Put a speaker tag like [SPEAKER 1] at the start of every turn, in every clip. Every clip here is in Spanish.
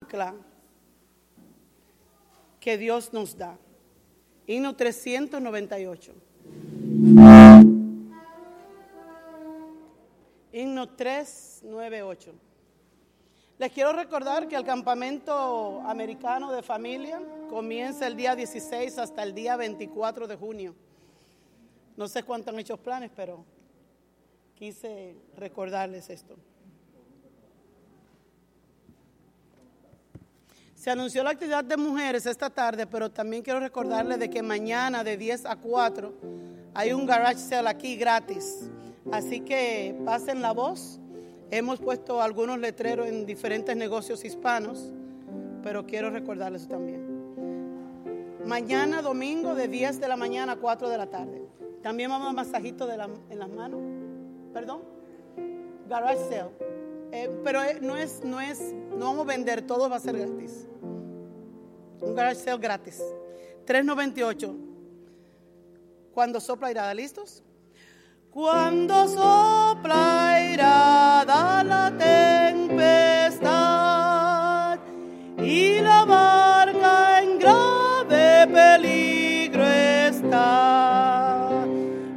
[SPEAKER 1] ancla que Dios nos da. Himno 398. Himno 398. Les quiero recordar que el campamento americano de familia comienza el día 16 hasta el día 24 de junio. No sé cuánto han hecho planes, pero quise recordarles esto. Se anunció la actividad de mujeres esta tarde, pero también quiero recordarles de que mañana de 10 a 4 hay un garage sale aquí gratis. Así que pasen la voz. Hemos puesto algunos letreros en diferentes negocios hispanos, pero quiero recordarles también. Mañana domingo de 10 de la mañana a 4 de la tarde. También vamos a masajito de la, en las manos. Perdón. Garage sale. Eh, pero no es, no es, no vamos a vender, todo va a ser gratis. Un garage sale gratis. 398. Cuando sopla irada, ¿listos? Cuando sopla irada la tempestad y la barca en grave peligro está,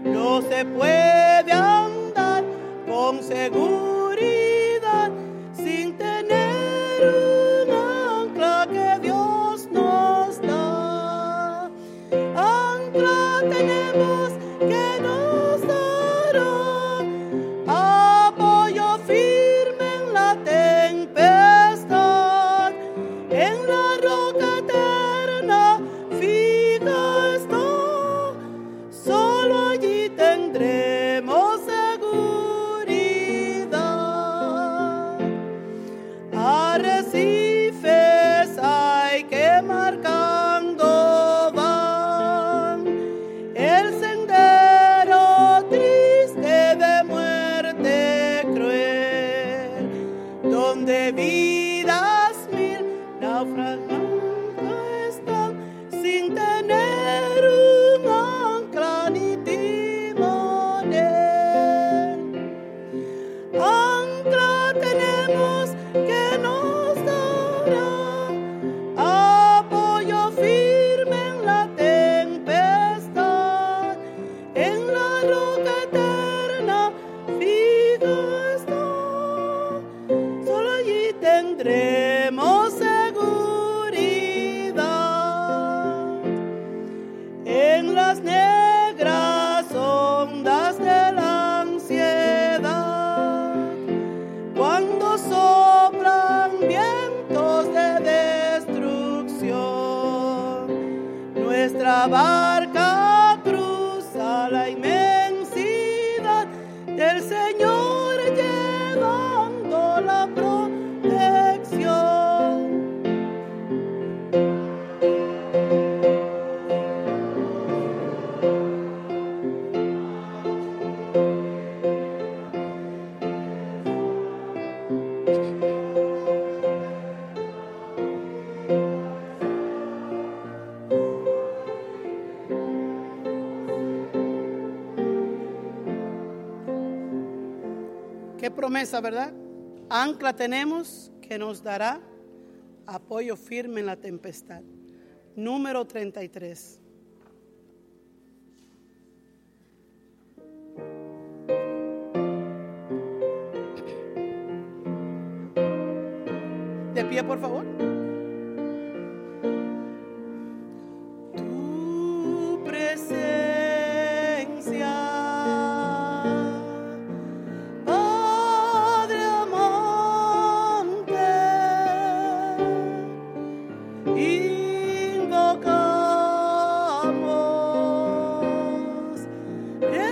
[SPEAKER 1] no se puede andar con seguridad sin tener un ancla que Dios nos da. Ancla tenemos que nos dará apoyo firme en la tempestad, en la roca eterna fija está, solo allí tendremos seguridad. Arrecifes hay que marcando van el sendero triste de muerte cruel, donde vidas mil naufragando están sin tener un ancla ni timonel. Ancla tenemos que nos dará apoyo firme en la tempestad, en la roca eterna fija está. Solo allí tendremos seguridad en las negras ondas de la ansiedad, cuando soplan vientos de destrucción, nuestra barca cruza la inmensidad del Señor llevando la protección. Qué promesa, ¿verdad? Ancla tenemos que nos dará apoyo firme en la tempestad. Número 33. De pie, por favor. Tu presencia Padre amante, invocamos reverentes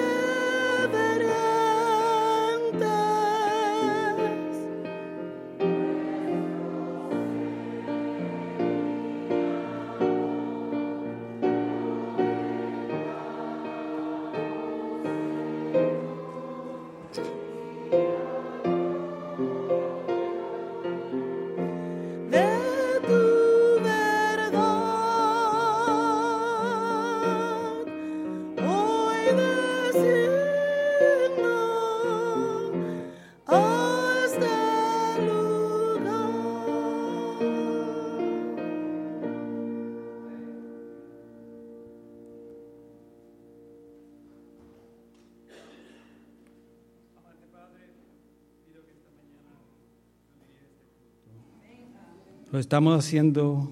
[SPEAKER 2] Lo estamos haciendo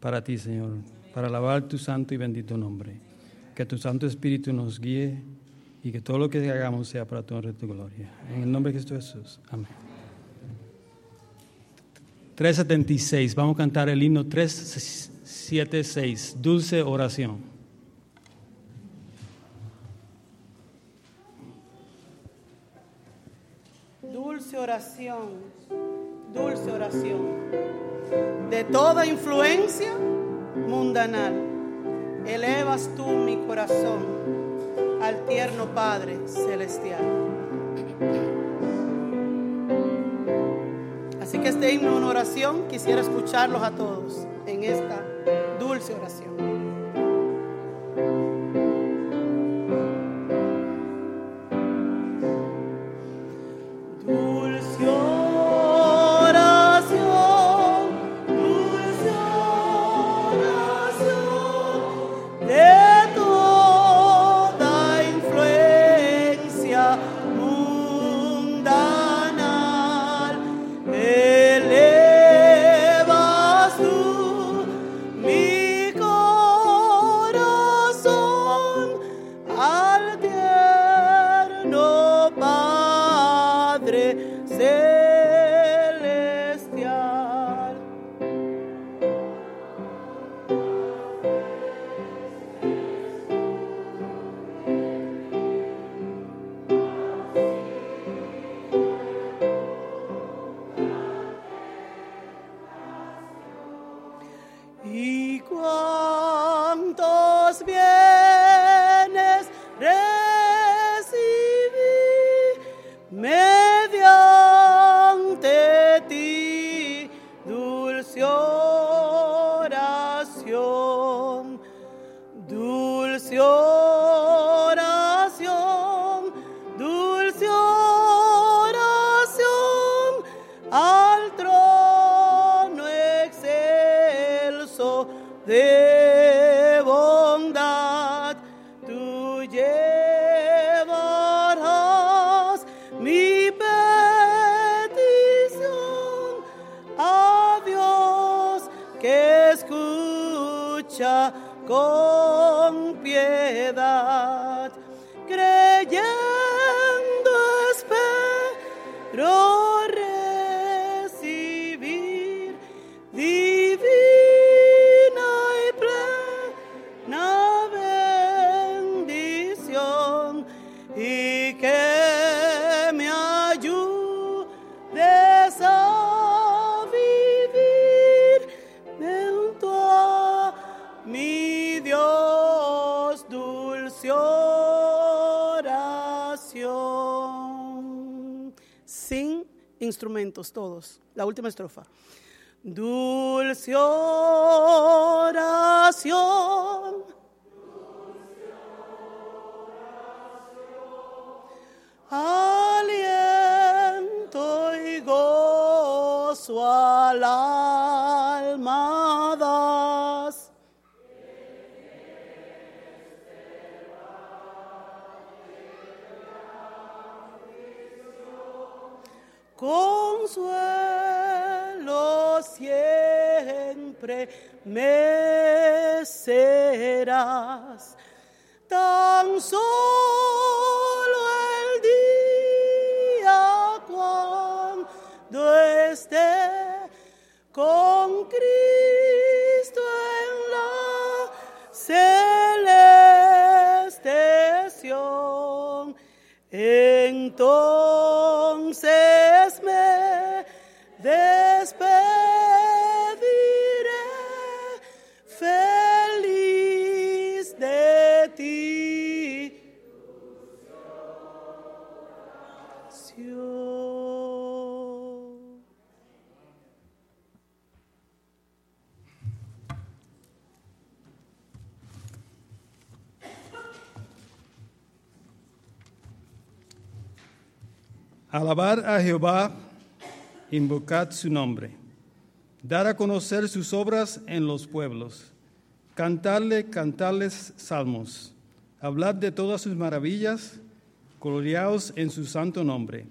[SPEAKER 2] para ti, Señor, para alabar tu santo y bendito nombre. Que tu Santo Espíritu nos guíe y que todo lo que hagamos sea para tu honra y tu gloria. En el nombre de Cristo Jesús. Amén. 376. Vamos a cantar el himno 376. Dulce oración.
[SPEAKER 1] Dulce oración, dulce oración. De toda influencia mundanal, elevas tú mi corazón al tierno Padre Celestial. Así que este himno, una oración, quisiera escucharlos a todos en esta dulce oración. Dulce oración, dulce oración de toda influencia mundanal, elevas tú mi corazón al tierno Padre celestial. y cuantos bienes recibí mediante ti, dulce oración, dulce oración, dulce oración al trono excelso de bondad. Tú llevarás mi petición a Dios que escucha con piedad. Creyendo espero recibir divina y plena bendición y que me ayudes a vivir junto a mi Dios dulce oración sin instrumentos todos. La última estrofa. Dulce oración. Aliento y gozo al alma das. consuelo siempre me serás. Tan solo el día cuando esté con Cristo en la celeste Sion. Entonces me despediré feliz de ti. Sion.
[SPEAKER 2] Alabad a Jehová, invocad su nombre. Dar a conocer sus obras en los pueblos. Cantarle, cantarles salmos. Hablad de todas sus maravillas. Gloriaos en su santo nombre.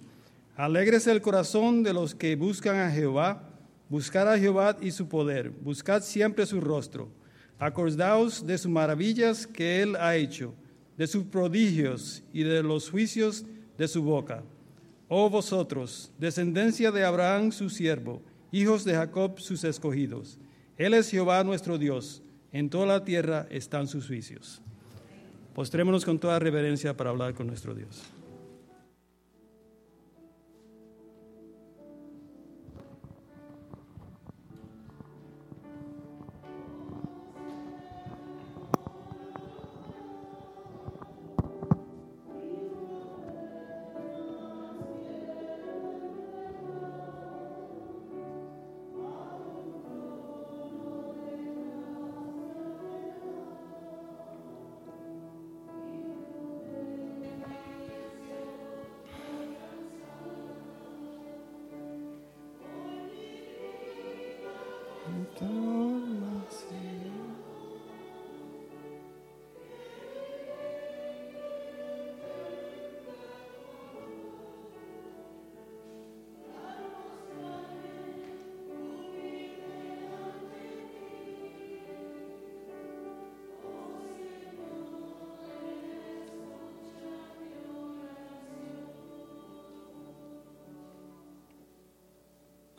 [SPEAKER 2] Alegres el corazón de los que buscan a Jehová. Buscad a Jehová y su poder, buscad siempre su rostro. Acordaos de sus maravillas que él ha hecho, de sus prodigios y de los juicios de su boca. Oh vosotros, descendencia de Abraham su siervo, hijos de Jacob sus escogidos. Él es Jehová nuestro Dios, en toda la tierra están sus juicios. Postrémonos con toda reverencia para hablar con nuestro Dios.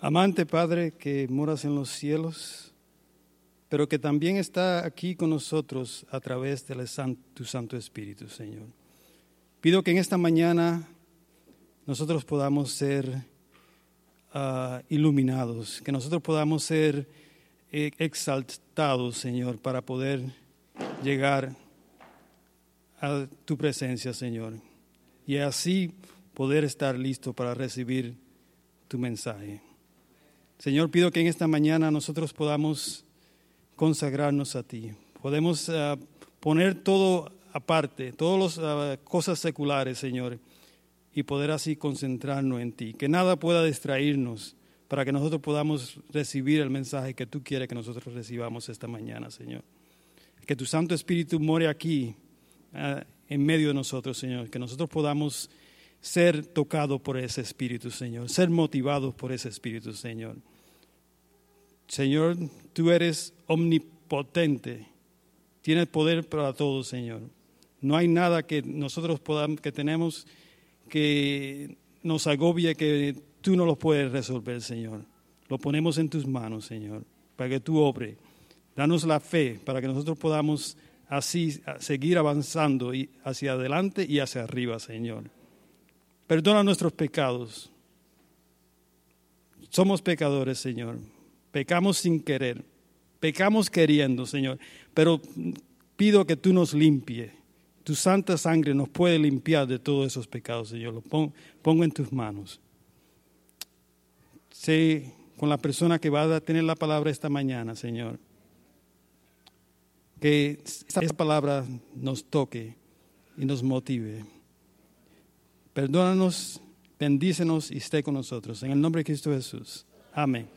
[SPEAKER 2] Amante Padre que moras en los cielos, pero que también está aquí con nosotros a través de la san- tu Santo Espíritu, Señor. Pido que en esta mañana nosotros podamos ser ah, iluminados, que nosotros podamos ser eh, exaltados, Señor, para poder llegar a tu presencia, Señor, y así poder estar listo para recibir tu mensaje. Señor, pido que en esta mañana nosotros podamos consagrarnos a ti. Podemos ah, poner todo aparte, todas las ah, cosas seculares, Señor, y poder así concentrarnos en ti. Que nada pueda distraernos para que nosotros podamos recibir el mensaje que tú quieres que nosotros recibamos esta mañana, Señor. Que tu Santo Espíritu more aquí, ah, en medio de nosotros, Señor. Que nosotros podamos ser tocados por ese Espíritu, Señor. Ser motivados por ese Espíritu, Señor. Señor, tú eres omnipotente. Tienes poder para todo, Señor. No hay nada que nosotros podamos, que tenemos que nos agobie, que tú no lo puedes resolver, Señor. Lo ponemos en tus manos, Señor, para que tú obre. Danos la fe para que nosotros podamos así a- seguir avanzando y hacia adelante y hacia arriba, Señor. Perdona nuestros pecados. Somos pecadores, Señor. Pecamos sin querer. Pecamos queriendo, Señor. Pero pido que tú nos limpie. Tu santa sangre nos puede limpiar de todos esos pecados, Señor. Lo pon- pongo en tus manos. Sé con la persona que va a tener la palabra esta mañana, Señor. Que esa palabra nos toque y nos motive. Perdónanos, bendícenos y esté con nosotros. En el nombre de Cristo Jesús. Amén.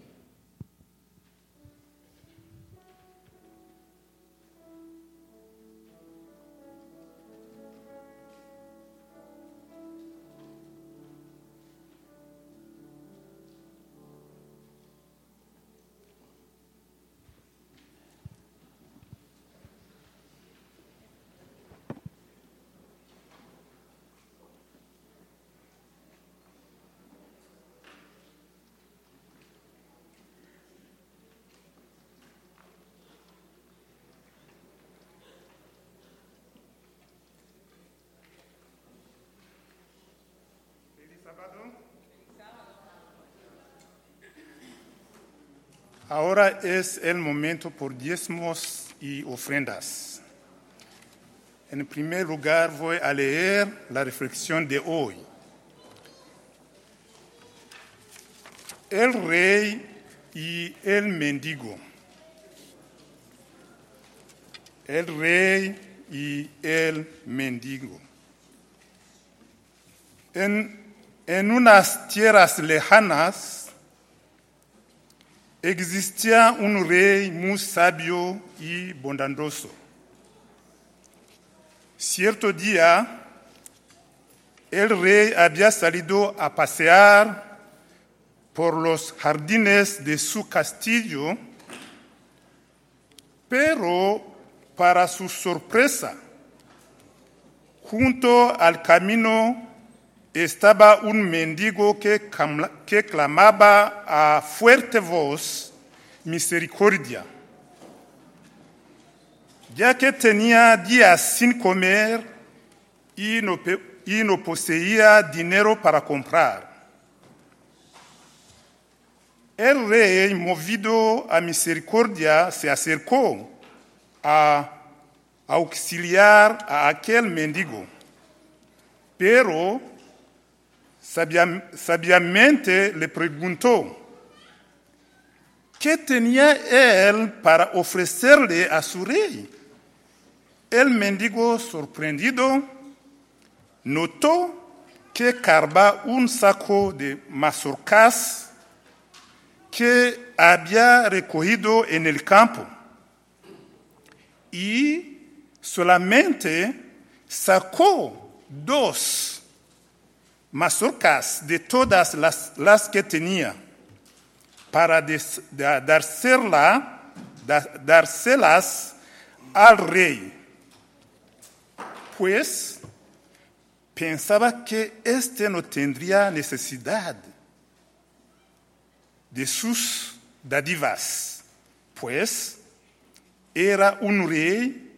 [SPEAKER 3] Ahora es el momento por diezmos y ofrendas. En primer lugar voy a leer la reflexión de hoy. El rey y el mendigo. El rey y el mendigo. En, en unas tierras lejanas, Existía un rey muy sabio y bondadoso. Cierto día, el rey había salido a pasear por los jardines de su castillo, pero para su sorpresa, junto al camino estaba un mendigo que, cam- que clamaba a fuerte voz misericordia. Ya que tenía días sin comer y no pe- y no poseía dinero para comprar. El rey, movido a misericordia, se acercó a auxiliar a aquel mendigo, pero sabia- sabiamente le preguntó, ¿qué tenía él para ofrecerle a su rey? El mendigo, sorprendido, notó que cargaba un saco de mazorcas que había recogido en el campo y solamente sacó dos mazorcas de todas las, las que tenía para des- da- dársela- da- dárselas al rey, pues pensaba que éste no tendría necesidad de sus dádivas, pues era un rey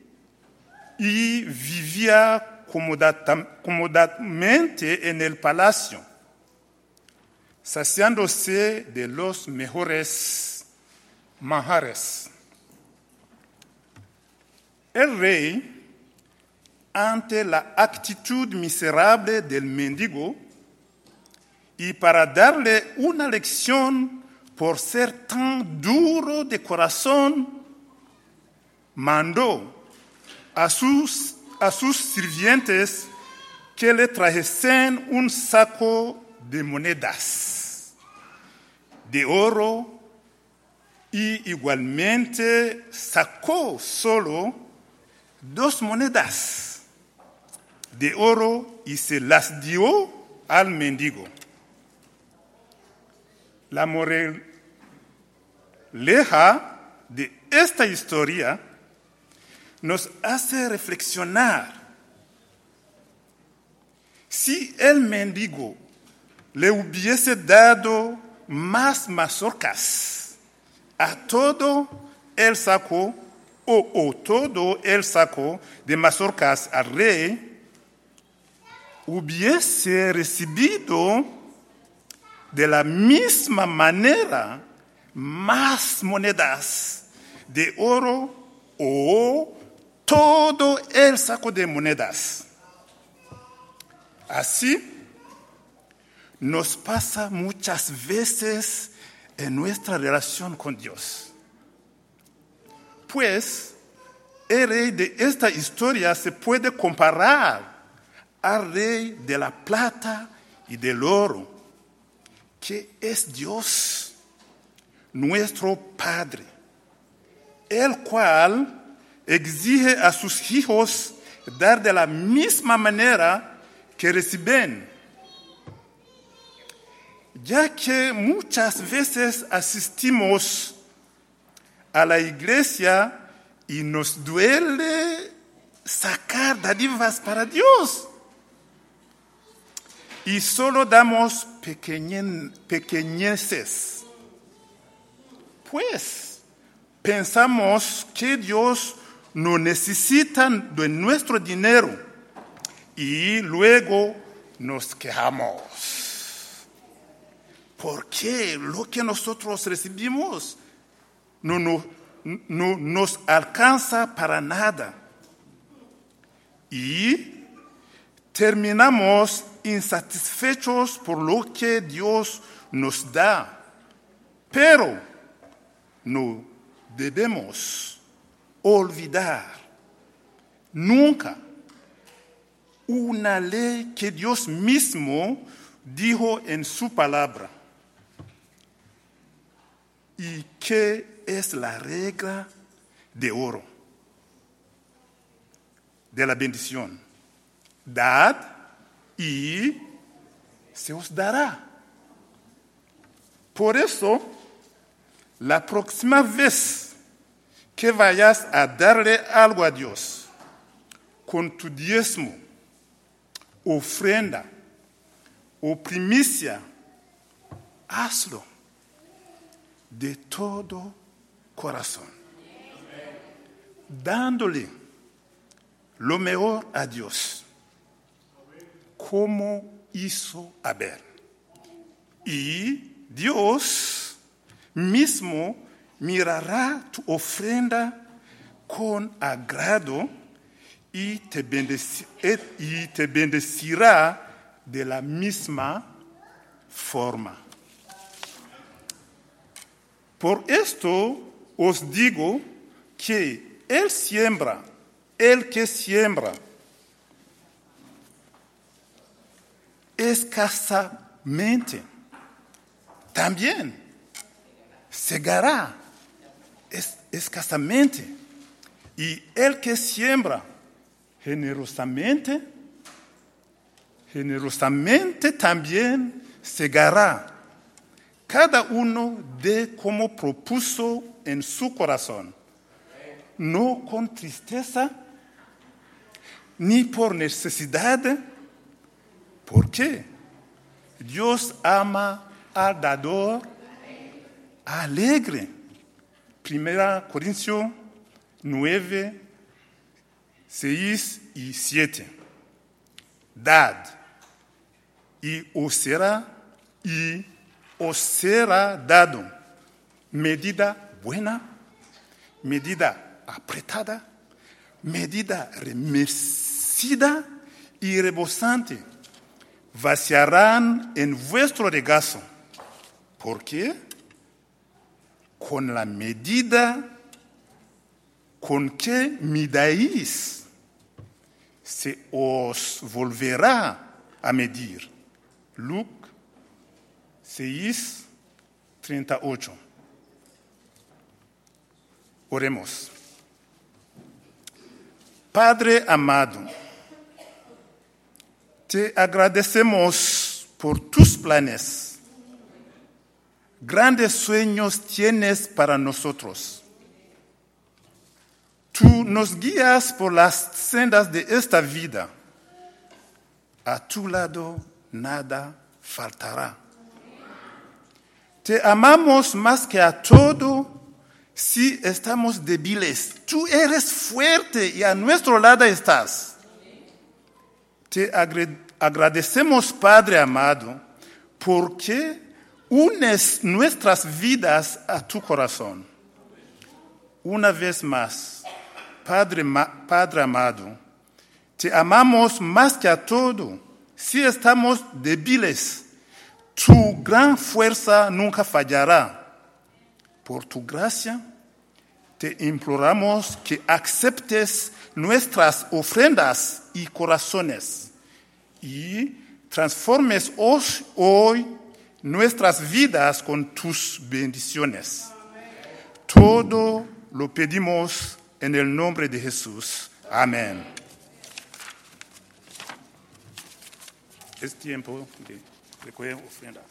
[SPEAKER 3] y vivía comodatam- cómodamente en el palacio, saciándose de los mejores manjares. El rey, ante la actitud miserable del mendigo, y para darle una lección por ser tan duro de corazón, mandó a sus, a sus sirvientes que le trajesen un saco de monedas de oro y igualmente sacó solo dos monedas de oro y se las dio al mendigo. La moraleja de esta historia nos hace reflexionar. Si el mendigo le hubiese dado más mazorcas a todo el saco o, o todo el saco de mazorcas al rey, hubiese recibido de la misma manera más monedas de oro o todo el saco de monedas. Así nos pasa muchas veces en nuestra relación con Dios. Pues el rey de esta historia se puede comparar al rey de la plata y del oro que es Dios, nuestro Padre, el cual exige a sus hijos dar de la misma manera que reciben, ya que muchas veces asistimos a la iglesia y nos duele sacar dádivas para Dios y solo damos pequeñen- pequeñeces. Pues pensamos que Dios no necesita de nuestro dinero y luego nos quejamos. Porque lo que nosotros recibimos no, no- no nos alcanza para nada. Y terminamos insatisfechos por lo que Dios nos da. Pero no debemos olvidar nunca una ley que Dios mismo dijo en su palabra y que es la regla de oro de la bendición. Dad y se os dará. Por eso, la próxima vez que vayas a darle algo a Dios, con tu diezmo, ofrenda o primicia, hazlo de todo corazón, dándole lo mejor a Dios, como hizo Abel. Y Dios mismo mirará tu ofrenda con agrado y te, bendeci- et- y te bendecirá de la misma forma. Por esto os digo que él siembra, el que siembra, escasamente, también segará es- escasamente. Y el que siembra generosamente, generosamente también segará cada uno dé como propuso en su corazón, no con tristeza ni por necesidad, porque Dios ama al dador alegre. 1 Corintios 9, 6 y 7. Dad y os será y os será dado medida buena, medida apretada, medida remercida y rebosante. Vaciarán en vuestro regazo, porque con la medida con que midáis, se os volverá a medir. Luke 6, 38. Oremos. Padre amado, te agradecemos por tus planes. Grandes sueños tienes para nosotros. Tú nos guías por las sendas de esta vida. A tu lado nada faltará. Te amamos más que a todo si estamos débiles. Tú eres fuerte y a nuestro lado estás. Te agre- agradecemos, Padre amado, porque unes nuestras vidas a tu corazón. Una vez más, Padre, ma- Padre amado, te amamos más que a todo si estamos débiles. Tu gran fuerza nunca fallará. Por tu gracia, te imploramos que aceptes nuestras ofrendas y corazones y transformes hoy, hoy nuestras vidas con tus bendiciones. Todo lo pedimos en el nombre de Jesús. Amén. Es tiempo de recoger ofrendas.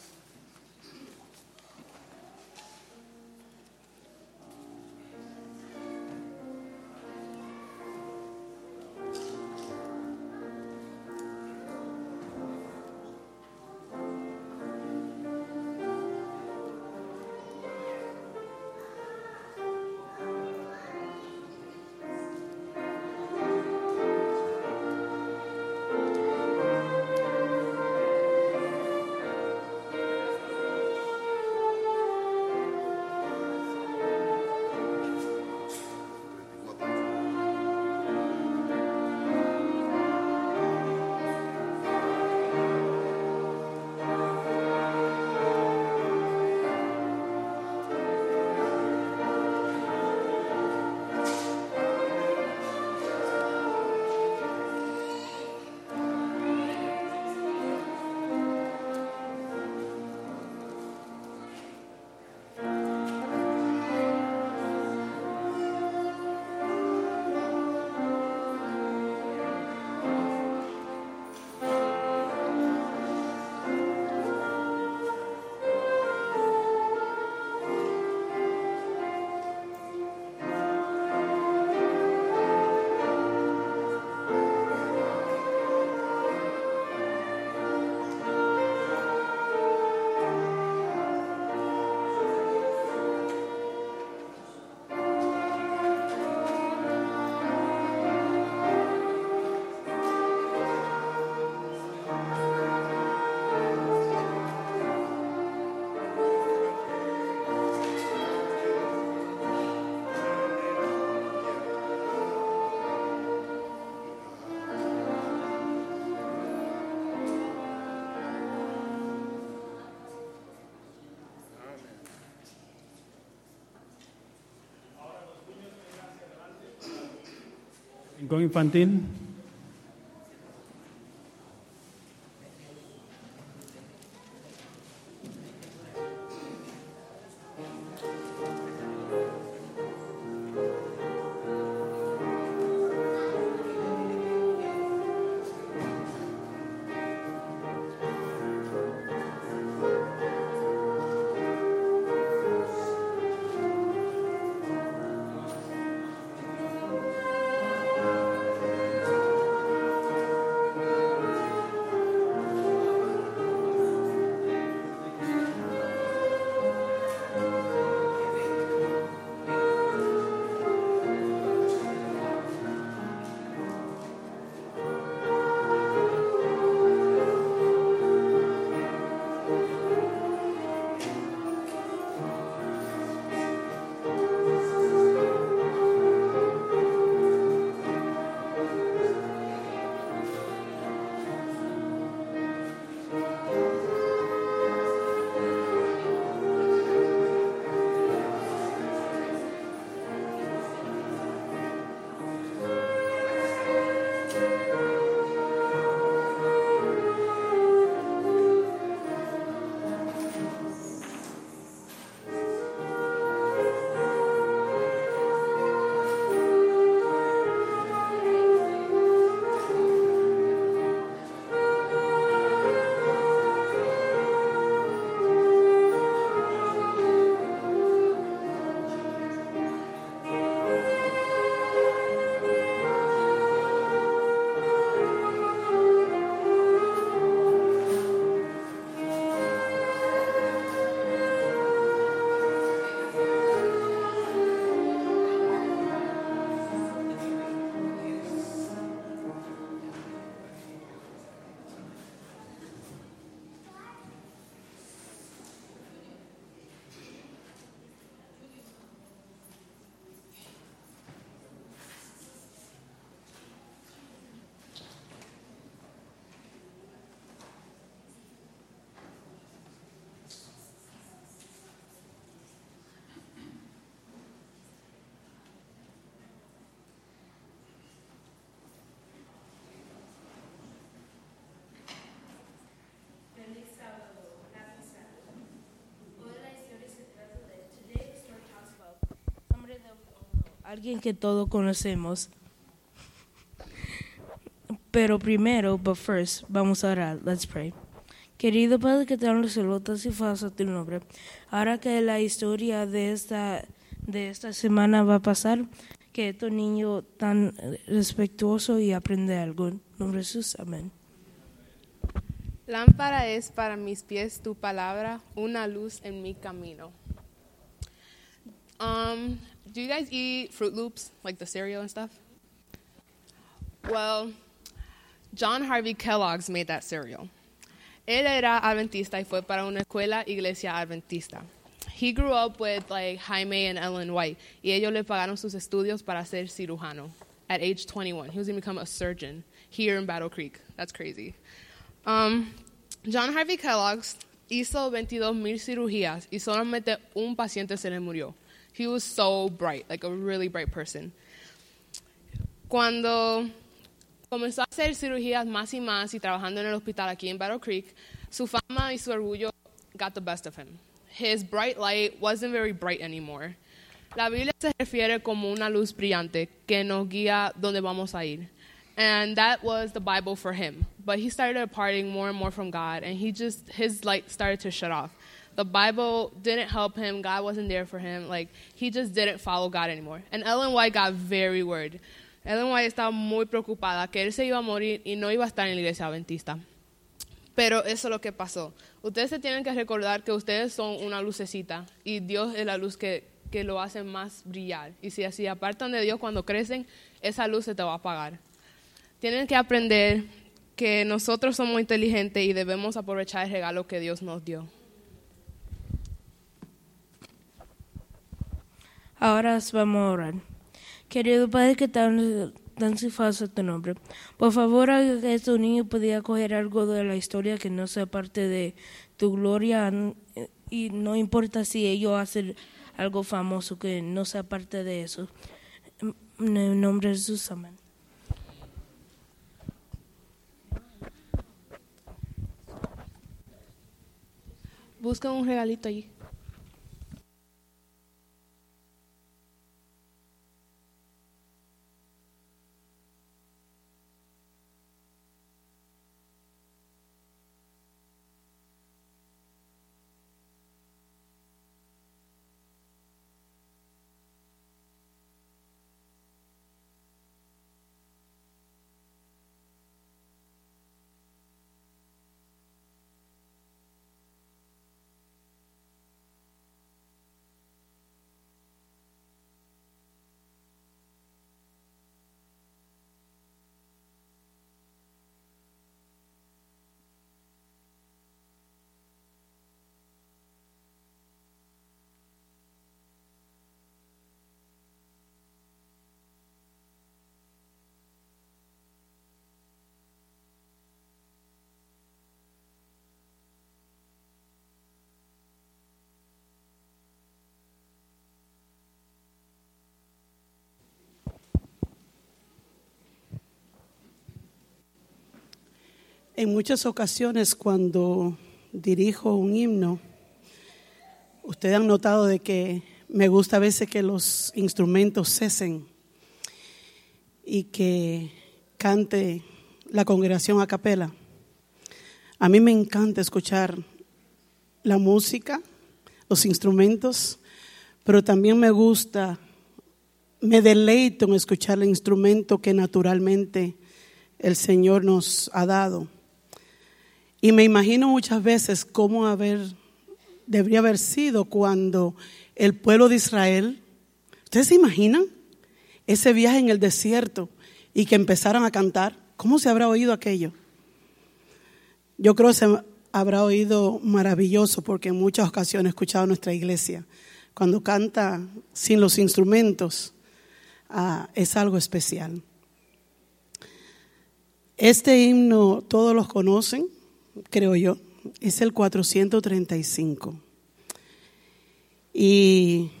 [SPEAKER 2] Go infantil.
[SPEAKER 4] Feliz sábado, happy sábado. Hoy la historia se trata de Today the Story Talks About, hombre de oro, alguien que todos conocemos. Pero primero, but first, vamos a orar. Let's pray. Querido Padre que te dan los celotas y falso tu nombre, ahora que la historia de esta, de esta semana va a pasar, que este niño tan respetuoso y aprende algo. En nombre de Jesús, amén.
[SPEAKER 5] Lámpara es para mis pies tu palabra, una luz en mi camino. Um, do you guys eat Fruit Loops, like the cereal and stuff? Well, John Harvey Kellogg's made that cereal. Él era adventista y fue para una escuela iglesia adventista. He grew up with like Jaime and Ellen White, y ellos le pagaron sus estudios para ser cirujano. At age 21, he was going to become a surgeon here in Battle Creek. That's crazy. Um, John Harvey Kellogg hizo 22 mil cirugías y solamente un paciente se le murió. He was so bright, like a really bright person. Cuando comenzó a hacer cirugías más y más y trabajando en el hospital aquí en Battle Creek, su fama y su orgullo got the best of him. His bright light wasn't very bright anymore. La Biblia se refiere como una luz brillante que nos guía donde vamos a ir. And that was the Bible for him. But he started parting more and more from God, and he just, his light started to shut off. The Bible didn't help him. God wasn't there for him. Like, he just didn't follow God anymore. And Ellen White got very worried. Ellen White estaba muy preocupada que él se iba a morir y no iba a estar en la iglesia adventista. Pero eso es lo que pasó. Ustedes se tienen que recordar que ustedes son una lucecita y Dios es la luz que, que lo hace más brillar. Y si así apartan de Dios cuando crecen, esa luz se te va a apagar. Tienen que aprender que nosotros somos inteligentes y debemos aprovechar el regalo que Dios nos dio.
[SPEAKER 4] Ahora vamos a orar. Querido Padre que tan, tan falso tu nombre, por favor haga que este niño pueda coger algo de la historia que no sea parte de tu gloria n- y no importa si ellos hacen algo famoso que no sea parte de eso. En el nombre de Jesús, amén.
[SPEAKER 5] Busca un regalito allí.
[SPEAKER 6] En muchas ocasiones cuando dirijo un himno, ustedes han notado de que me gusta a veces que los instrumentos cesen y que cante la congregación a capela. A mí me encanta escuchar la música, los instrumentos, pero también me gusta, me deleito en escuchar el instrumento que naturalmente el Señor nos ha dado. Y me imagino muchas veces cómo haber, debería haber sido cuando el pueblo de Israel, ¿ustedes se imaginan ese viaje en el desierto y que empezaran a cantar? ¿Cómo se habrá oído aquello? Yo creo que se habrá oído maravilloso porque en muchas ocasiones he escuchado a nuestra iglesia cuando canta sin los instrumentos, ah, es algo especial. Este himno todos los conocen, creo yo, es el 435. Y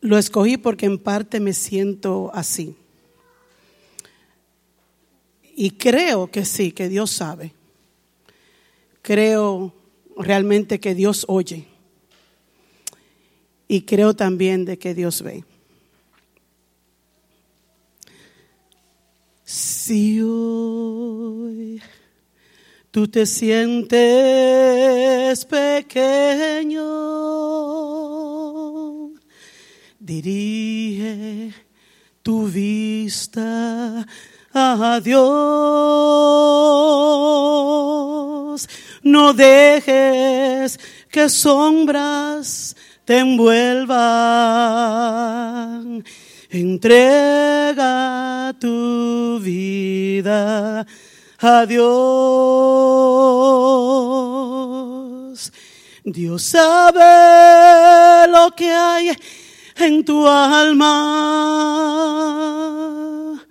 [SPEAKER 6] lo escogí porque en parte me siento así. Y creo que sí, que Dios sabe. Creo realmente que Dios oye. Y creo también de que Dios ve. Si hoy tú te sientes pequeño, dirige tu vista a Dios. No dejes que sombras te envuelvan. Entrega tu vida a Dios. Dios sabe lo que hay en tu alma.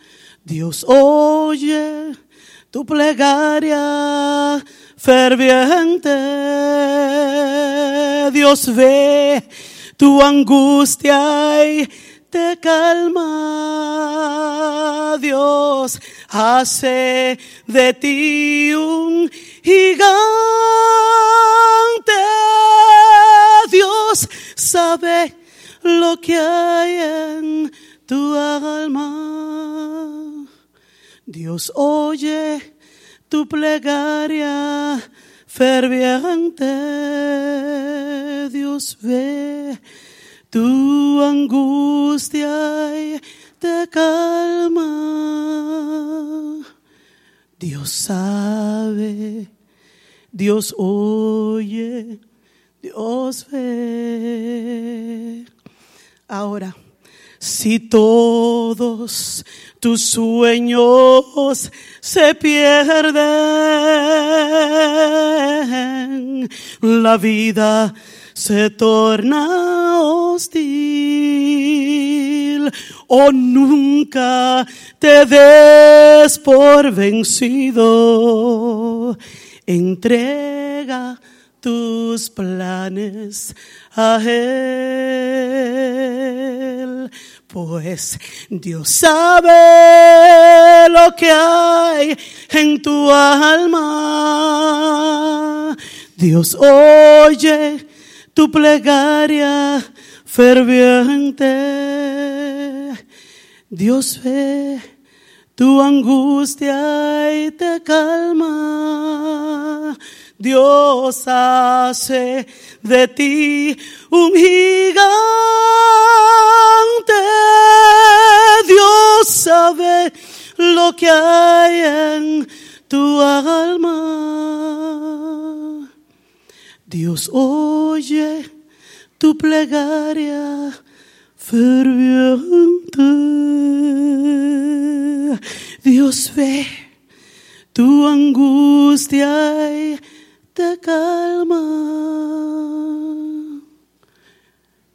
[SPEAKER 6] Dios oye tu plegaria ferviente. Dios ve tu angustia y te calma. Dios hace de ti un gigante. Dios sabe lo que hay en tu alma. Dios oye tu plegaria ferviente. Dios ve tu angustia y te calma. Dios sabe, Dios oye, Dios ve. Ahora, si todos tus sueños se pierden, la vida se torna hostil. Oh, nunca te des por vencido. Entrega tus planes a Él, pues Dios sabe lo que hay en tu alma. Dios oye tu plegaria ferviente. Dios ve tu angustia y te calma. Dios hace de ti un gigante. Dios sabe lo que hay en tu alma. Dios oye tu plegaria ferviente. Dios ve tu angustia y te calma.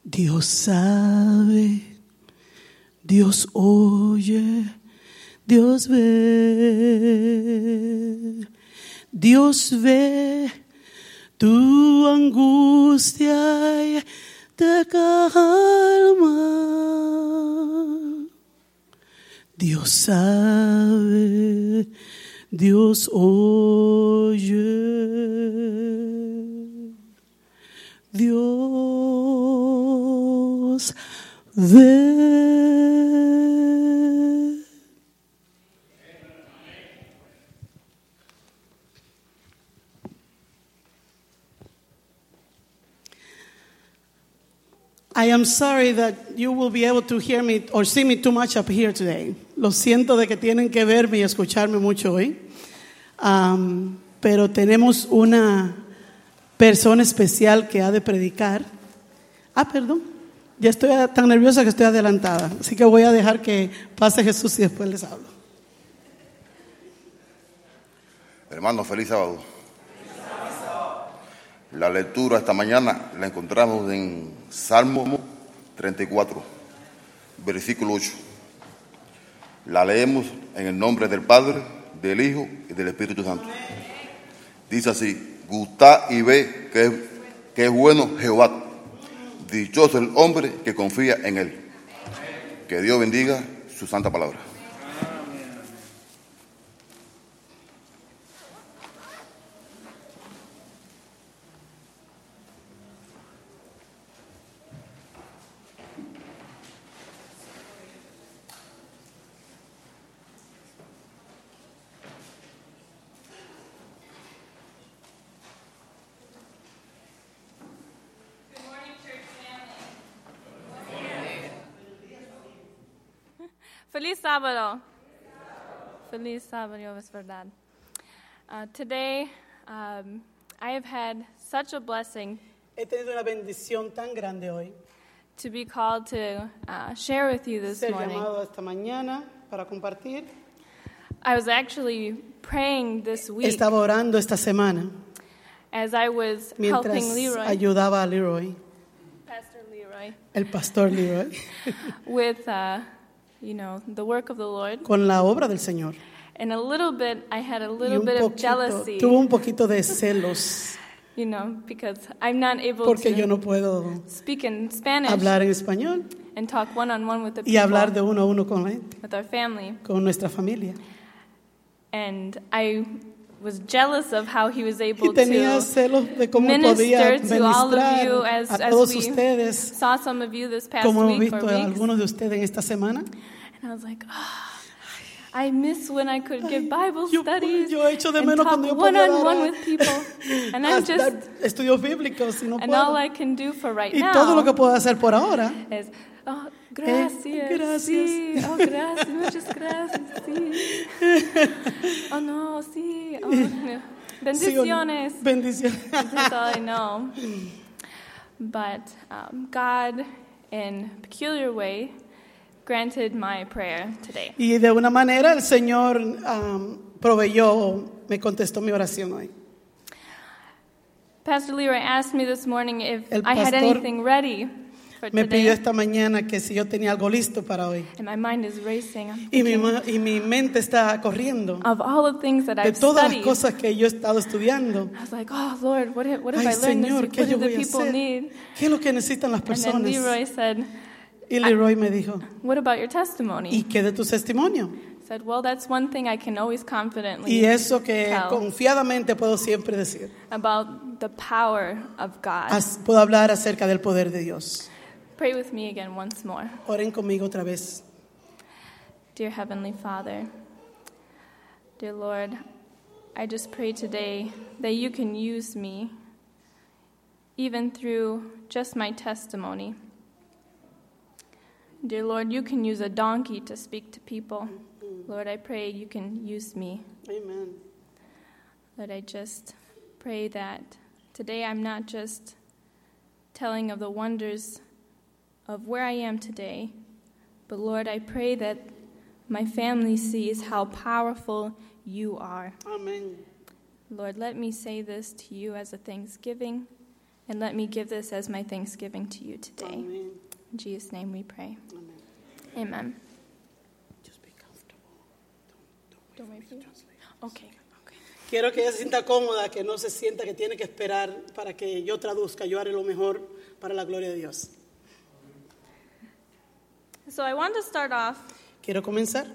[SPEAKER 6] Dios sabe, Dios oye, Dios ve, Dios ve tu angustia y te calma. Dios sabe, Dios oye, Dios ve. I am sorry that you will be able to hear me or see me too much up here today. Lo siento de que tienen que verme y escucharme mucho hoy. Um, pero tenemos una persona especial que ha de predicar. Ah, perdón. Ya estoy tan nerviosa que estoy adelantada. Así que voy a dejar que pase Jesús y después les hablo.
[SPEAKER 7] Hermanos, feliz sábado. La lectura esta mañana la encontramos en Salmo 34, versículo 8. La leemos en el nombre del Padre, del Hijo y del Espíritu Santo. Dice así, gustad y ve que es, que es bueno Jehová. Dichoso el hombre que confía en él. Que Dios bendiga su santa palabra.
[SPEAKER 8] Feliz sábado. Feliz sábado, es verdad. Uh, today, um, I have had such a blessing
[SPEAKER 6] He tenido una bendición tan grande hoy.
[SPEAKER 8] to be called to uh, share with you this
[SPEAKER 6] Ser
[SPEAKER 8] morning.
[SPEAKER 6] llamado esta mañana para compartir.
[SPEAKER 8] I was actually praying this week
[SPEAKER 6] Estaba orando esta semana
[SPEAKER 8] as I was
[SPEAKER 6] mientras
[SPEAKER 8] helping Leroy,
[SPEAKER 6] ayudaba a Leroy,
[SPEAKER 8] Pastor Leroy,
[SPEAKER 6] el pastor Leroy,
[SPEAKER 8] with uh, you know the work of the Lord.
[SPEAKER 6] con la obra del Señor.
[SPEAKER 8] And a little bit, I had a
[SPEAKER 6] Y
[SPEAKER 8] little
[SPEAKER 6] un
[SPEAKER 8] bit of
[SPEAKER 6] poquito,
[SPEAKER 8] jealousy,
[SPEAKER 6] tuvo un poquito de celos
[SPEAKER 8] you know, because I'm not able
[SPEAKER 6] porque
[SPEAKER 8] to
[SPEAKER 6] yo no puedo
[SPEAKER 8] speak in Spanish
[SPEAKER 6] hablar en español
[SPEAKER 8] and talk one-on-one with the
[SPEAKER 6] y
[SPEAKER 8] people,
[SPEAKER 6] hablar de uno a uno con, la gente,
[SPEAKER 8] with our family.
[SPEAKER 6] con nuestra familia.
[SPEAKER 8] And I was jealous of how he was
[SPEAKER 6] Y
[SPEAKER 8] able
[SPEAKER 6] tenía
[SPEAKER 8] to
[SPEAKER 6] celos de cómo podía
[SPEAKER 8] minister to all of you
[SPEAKER 6] ministrar
[SPEAKER 8] as,
[SPEAKER 6] a
[SPEAKER 8] as
[SPEAKER 6] todos
[SPEAKER 8] we
[SPEAKER 6] ustedes,
[SPEAKER 8] saw some of you this past
[SPEAKER 6] como hemos
[SPEAKER 8] week
[SPEAKER 6] visto
[SPEAKER 8] or
[SPEAKER 6] a
[SPEAKER 8] weeks.
[SPEAKER 6] algunos de ustedes en esta semana.
[SPEAKER 8] And I was like, oh, I miss when I could give Bible
[SPEAKER 6] yo-
[SPEAKER 8] studies
[SPEAKER 6] yo echo de
[SPEAKER 8] and
[SPEAKER 6] menos
[SPEAKER 8] talk
[SPEAKER 6] cuando yo podía
[SPEAKER 8] one-on-one
[SPEAKER 6] dar a-
[SPEAKER 8] with people. And
[SPEAKER 6] a
[SPEAKER 8] I'm
[SPEAKER 6] dar
[SPEAKER 8] just,
[SPEAKER 6] estudios bíblicos si no
[SPEAKER 8] and all
[SPEAKER 6] puedo.
[SPEAKER 8] I can do for right
[SPEAKER 6] Y
[SPEAKER 8] now
[SPEAKER 6] todo lo que puedo hacer por ahora
[SPEAKER 8] is, oh, gracias,
[SPEAKER 6] gracias.
[SPEAKER 8] sí, oh, gracias, muchas gracias, sí. Oh, no, sí, oh, no.
[SPEAKER 6] Sí o no.
[SPEAKER 8] bendiciones.
[SPEAKER 6] Bendiciones.
[SPEAKER 8] That's all I know. But um, God, in a peculiar way, granted my prayer today.
[SPEAKER 6] Y de una manera el Señor um, proveyó, me contestó mi oración hoy.
[SPEAKER 8] Pastor Leroy asked me this morning if
[SPEAKER 6] El
[SPEAKER 8] I had
[SPEAKER 6] pastor
[SPEAKER 8] anything ready for
[SPEAKER 6] Me pidió
[SPEAKER 8] today,
[SPEAKER 6] esta mañana que si yo tenía algo listo para hoy.
[SPEAKER 8] and my mind is racing. I'm
[SPEAKER 6] Y mi,
[SPEAKER 8] thinking
[SPEAKER 6] ma- y mi mente está corriendo
[SPEAKER 8] of all the things that
[SPEAKER 6] de
[SPEAKER 8] I've
[SPEAKER 6] todas las
[SPEAKER 8] studied.
[SPEAKER 6] cosas que yo he estado estudiando.
[SPEAKER 8] I was like, oh Lord, what have, what have
[SPEAKER 6] Ay,
[SPEAKER 8] I learned
[SPEAKER 6] Señor,
[SPEAKER 8] this
[SPEAKER 6] ¿qué
[SPEAKER 8] week?
[SPEAKER 6] yo
[SPEAKER 8] What
[SPEAKER 6] voy
[SPEAKER 8] do the
[SPEAKER 6] a
[SPEAKER 8] people
[SPEAKER 6] hacer?
[SPEAKER 8] need?
[SPEAKER 6] ¿Qué es lo que necesitan las
[SPEAKER 8] And then Ah.
[SPEAKER 6] personas?
[SPEAKER 8] Leroy said,
[SPEAKER 6] Y Leroy me dijo,
[SPEAKER 8] what about your
[SPEAKER 6] ¿y
[SPEAKER 8] testimony?
[SPEAKER 6] qué de tu testimonio?
[SPEAKER 8] said, Well, that's one thing I can always confidently
[SPEAKER 6] Y eso que
[SPEAKER 8] tell
[SPEAKER 6] confiadamente puedo siempre decir.
[SPEAKER 8] about the power of God.
[SPEAKER 6] As- Puedo hablar acerca del poder de Dios.
[SPEAKER 8] Pray with me again once more.
[SPEAKER 6] Oren conmigo otra vez.
[SPEAKER 8] Dear Heavenly Father, dear Lord, I just pray today that you can use me, even through just my testimony. Dear Lord, you can use a donkey to speak to people. Lord, I pray you can use me.
[SPEAKER 6] Amen.
[SPEAKER 8] Lord, I just pray that today I'm not just telling of the wonders of where I am today, but Lord, I pray that my family sees how powerful you are.
[SPEAKER 6] Amén.
[SPEAKER 8] Lord, let me say this to you as a thanksgiving, and let me give this as my thanksgiving to you today.
[SPEAKER 6] Amén.
[SPEAKER 8] In Jesus' name we pray. Amen. Don't wait for you? Okay. Okay.
[SPEAKER 6] Quiero que ella se sienta cómoda, que no se sienta que tiene que esperar para que yo traduzca. Yo haré lo mejor para la gloria de Dios.
[SPEAKER 8] So I want to start off
[SPEAKER 6] Quiero comenzar.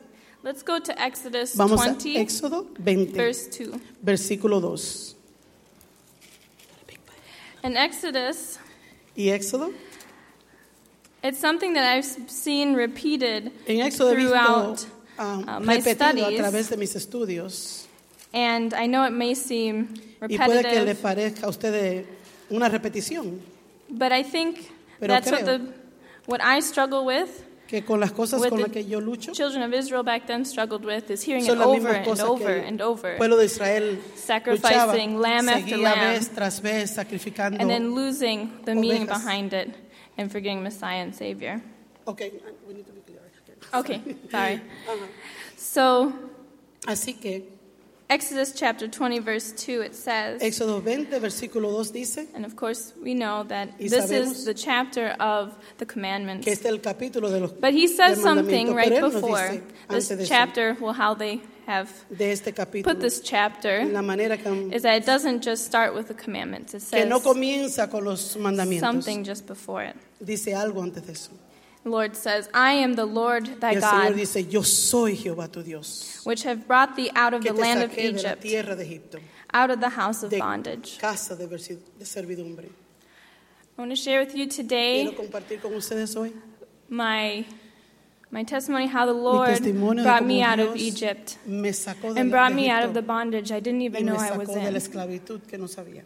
[SPEAKER 8] Let's go to Exodus
[SPEAKER 6] Vamos a
[SPEAKER 8] 20,
[SPEAKER 6] Éxodo 20,
[SPEAKER 8] verse 2.
[SPEAKER 6] versículo 2.
[SPEAKER 8] In Exodus,
[SPEAKER 6] Y Éxodo,
[SPEAKER 8] it's something that I've s- seen repeated
[SPEAKER 6] en Éxodo he visto
[SPEAKER 8] throughout,
[SPEAKER 6] ah,
[SPEAKER 8] uh, my
[SPEAKER 6] repetido a
[SPEAKER 8] studies.
[SPEAKER 6] través de mis estudios.
[SPEAKER 8] and I know it may seem
[SPEAKER 6] Y puede que le
[SPEAKER 8] repetitive,
[SPEAKER 6] parezca a ustedes una repetición,
[SPEAKER 8] but I think
[SPEAKER 6] Pero
[SPEAKER 8] that's what,
[SPEAKER 6] creo.
[SPEAKER 8] the, what I struggle with,
[SPEAKER 6] que con las cosas
[SPEAKER 8] with
[SPEAKER 6] con las
[SPEAKER 8] the
[SPEAKER 6] que yo lucho
[SPEAKER 8] children of Israel back then struggled with, is hearing
[SPEAKER 6] son
[SPEAKER 8] it
[SPEAKER 6] las
[SPEAKER 8] over
[SPEAKER 6] mismas
[SPEAKER 8] and
[SPEAKER 6] cosas
[SPEAKER 8] over
[SPEAKER 6] que
[SPEAKER 8] and
[SPEAKER 6] el
[SPEAKER 8] over,
[SPEAKER 6] pueblo de Israel luchaba,
[SPEAKER 8] Sacrificing lamb after
[SPEAKER 6] seguía
[SPEAKER 8] lamb.
[SPEAKER 6] vez tras vez sacrificando.
[SPEAKER 8] and then losing the meaning
[SPEAKER 6] Ovejas.
[SPEAKER 8] behind it and forgetting Messiah and Savior.
[SPEAKER 6] Okay, we need to be clear.
[SPEAKER 8] Okay, sorry. So,
[SPEAKER 6] Así que
[SPEAKER 8] Exodus chapter 20, verse 2, it says.
[SPEAKER 6] Éxodo 20, versículo 2 dice
[SPEAKER 8] And of course, we know that
[SPEAKER 6] Y
[SPEAKER 8] this
[SPEAKER 6] sabemos
[SPEAKER 8] is the chapter of the commandments.
[SPEAKER 6] que este es el capítulo de los
[SPEAKER 8] But he says
[SPEAKER 6] del
[SPEAKER 8] something
[SPEAKER 6] mandamiento,
[SPEAKER 8] right
[SPEAKER 6] pero él nos
[SPEAKER 8] before
[SPEAKER 6] dice
[SPEAKER 8] this
[SPEAKER 6] antes de, eso,
[SPEAKER 8] chapter, well, how they have
[SPEAKER 6] de este capítulo,
[SPEAKER 8] put this
[SPEAKER 6] en la
[SPEAKER 8] chapter,
[SPEAKER 6] manera que,
[SPEAKER 8] is that it doesn't just start with the commandments. It
[SPEAKER 6] que
[SPEAKER 8] says
[SPEAKER 6] no comienza con los mandamientos,
[SPEAKER 8] something just before it.
[SPEAKER 6] dice algo antes de eso.
[SPEAKER 8] The Lord says, I am the Lord
[SPEAKER 6] Y
[SPEAKER 8] thy
[SPEAKER 6] el Señor
[SPEAKER 8] God,
[SPEAKER 6] dice, yo soy Jehová tu Dios,
[SPEAKER 8] which have brought thee out of
[SPEAKER 6] que
[SPEAKER 8] the
[SPEAKER 6] te
[SPEAKER 8] land of
[SPEAKER 6] saqué de la
[SPEAKER 8] Egypt,
[SPEAKER 6] tierra de Egipto,
[SPEAKER 8] out of the house of
[SPEAKER 6] de
[SPEAKER 8] bondage.
[SPEAKER 6] casa de, versi- de servidumbre.
[SPEAKER 8] I want to share with you
[SPEAKER 6] Quiero
[SPEAKER 8] today
[SPEAKER 6] compartir con ustedes hoy
[SPEAKER 8] my, my testimony how the
[SPEAKER 6] mi
[SPEAKER 8] Lord
[SPEAKER 6] testimonio de
[SPEAKER 8] brought
[SPEAKER 6] cómo
[SPEAKER 8] me out
[SPEAKER 6] Dios
[SPEAKER 8] of Egypt.
[SPEAKER 6] me sacó de,
[SPEAKER 8] and
[SPEAKER 6] la,
[SPEAKER 8] brought
[SPEAKER 6] de
[SPEAKER 8] me out of the
[SPEAKER 6] Egipto
[SPEAKER 8] bondage I didn't
[SPEAKER 6] y
[SPEAKER 8] even know
[SPEAKER 6] me
[SPEAKER 8] I
[SPEAKER 6] sacó
[SPEAKER 8] was
[SPEAKER 6] de la
[SPEAKER 8] in.
[SPEAKER 6] esclavitud que no sabía.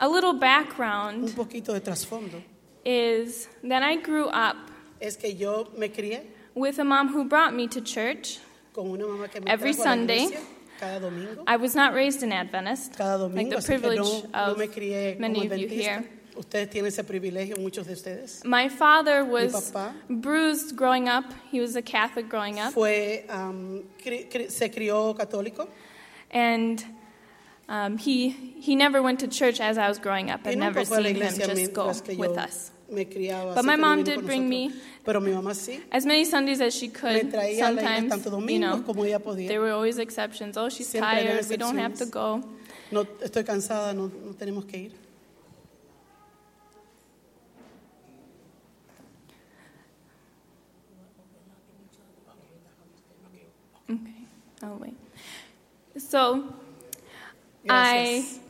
[SPEAKER 8] A little
[SPEAKER 6] Un
[SPEAKER 8] background
[SPEAKER 6] poquito de trasfondo.
[SPEAKER 8] is that I grew up
[SPEAKER 6] Es que yo me crié
[SPEAKER 8] with a mom who brought me to church.
[SPEAKER 6] con una mamá que me
[SPEAKER 8] Every
[SPEAKER 6] trajo a la
[SPEAKER 8] Sunday,
[SPEAKER 6] iglesia cada domingo.
[SPEAKER 8] I was not raised an Adventist,
[SPEAKER 6] Cada domingo,
[SPEAKER 8] like the
[SPEAKER 6] así que
[SPEAKER 8] privilege
[SPEAKER 6] no, no
[SPEAKER 8] of
[SPEAKER 6] me crié como
[SPEAKER 8] many of you
[SPEAKER 6] adventista.
[SPEAKER 8] here.
[SPEAKER 6] Ustedes tienen ese privilegio, muchos de ustedes.
[SPEAKER 8] My father was
[SPEAKER 6] papá-
[SPEAKER 8] bruised growing up. He was a Catholic growing up.
[SPEAKER 6] Fue, um, cri- cri- se crió católico
[SPEAKER 8] And um, he, he never went to church as I was growing up.
[SPEAKER 6] y
[SPEAKER 8] I've
[SPEAKER 6] never
[SPEAKER 8] never
[SPEAKER 6] fue a la
[SPEAKER 8] seen him
[SPEAKER 6] iglesia
[SPEAKER 8] just go
[SPEAKER 6] mientras que yo
[SPEAKER 8] with us.
[SPEAKER 6] me criaba.
[SPEAKER 8] But
[SPEAKER 6] así
[SPEAKER 8] my
[SPEAKER 6] que no
[SPEAKER 8] mom
[SPEAKER 6] vino
[SPEAKER 8] did
[SPEAKER 6] con
[SPEAKER 8] bring
[SPEAKER 6] nosotros. Pero mi mamá sí.
[SPEAKER 8] As many Sundays as she
[SPEAKER 6] Me traía a
[SPEAKER 8] could,
[SPEAKER 6] la iglesia
[SPEAKER 8] sometimes,
[SPEAKER 6] tanto
[SPEAKER 8] you
[SPEAKER 6] domingo
[SPEAKER 8] know,
[SPEAKER 6] como ella podía.
[SPEAKER 8] There were always exceptions. Oh, she's
[SPEAKER 6] Siempre había
[SPEAKER 8] tired. We don't have to
[SPEAKER 6] excepciones.
[SPEAKER 8] go.
[SPEAKER 6] No, estoy cansada, no, no tenemos que ir.
[SPEAKER 8] Okay. Oh, wait. So I,
[SPEAKER 6] Gracias.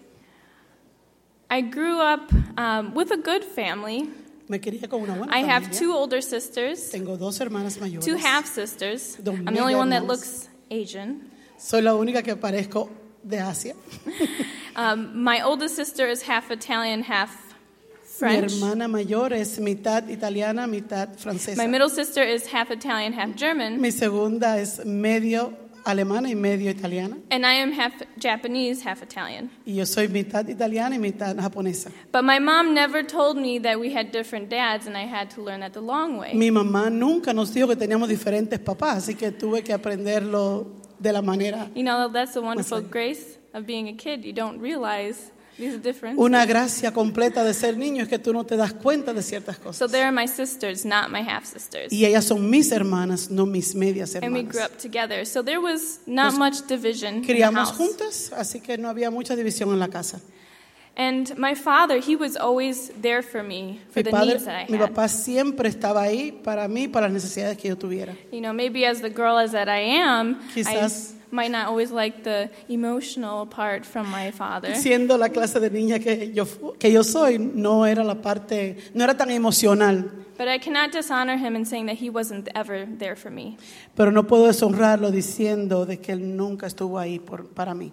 [SPEAKER 8] I grew up um, with a good family.
[SPEAKER 6] Me crié con una buena
[SPEAKER 8] I have
[SPEAKER 6] familia.
[SPEAKER 8] two older sisters,
[SPEAKER 6] Tengo dos hermanas mayores.
[SPEAKER 8] two half sisters.
[SPEAKER 6] Dos
[SPEAKER 8] I'm the only one that
[SPEAKER 6] hermanas.
[SPEAKER 8] looks Asian.
[SPEAKER 6] Soy la única que parezco de Asia.
[SPEAKER 8] Um, my oldest sister is half Italian, half
[SPEAKER 6] Mi
[SPEAKER 8] French.
[SPEAKER 6] hermana mayor es mitad italiana, mitad francesa.
[SPEAKER 8] My middle sister is half Italian, half German.
[SPEAKER 6] Mi segunda es medio alemana y medio italiana.
[SPEAKER 8] And I am half Japanese, half Italian.
[SPEAKER 6] Y yo soy mitad italiana y mitad japonesa.
[SPEAKER 8] But my mom never told me that we had different dads, and I had to learn that the long way.
[SPEAKER 6] Mi mamá nunca nos dijo que teníamos diferentes papás, así que tuve que aprenderlo de la manera.
[SPEAKER 8] You know, that's the wonderful
[SPEAKER 6] Masai.
[SPEAKER 8] grace of being a kid. You don't realize these differences.
[SPEAKER 6] Una gracia completa de ser niño es que tú no te das cuenta de ciertas
[SPEAKER 8] So
[SPEAKER 6] cosas.
[SPEAKER 8] they are my sisters, not my half sisters.
[SPEAKER 6] Y ellas son mis hermanas, no mis medias
[SPEAKER 8] And we grew
[SPEAKER 6] hermanas.
[SPEAKER 8] up together. So there was not
[SPEAKER 6] Nos
[SPEAKER 8] much division in the
[SPEAKER 6] Criamos
[SPEAKER 8] house.
[SPEAKER 6] juntas, así que no había mucha división en la casa.
[SPEAKER 8] And my father, he was always there for me, for
[SPEAKER 6] Mi,
[SPEAKER 8] the
[SPEAKER 6] padre-
[SPEAKER 8] needs that I
[SPEAKER 6] mi
[SPEAKER 8] had.
[SPEAKER 6] papá siempre estaba ahí para mí, para las necesidades que yo tuviera.
[SPEAKER 8] You know, maybe as the girl as that I am, I
[SPEAKER 6] Quizás.
[SPEAKER 8] might not always like the emotional part from my father.
[SPEAKER 6] Siendo la clase de niña que yo, fu- que yo soy, no era la parte, no era tan emocional,
[SPEAKER 8] But I cannot dishonor him in saying that he wasn't ever there for me.
[SPEAKER 6] pero no puedo deshonrarlo diciendo de que él nunca estuvo ahí por- para mí.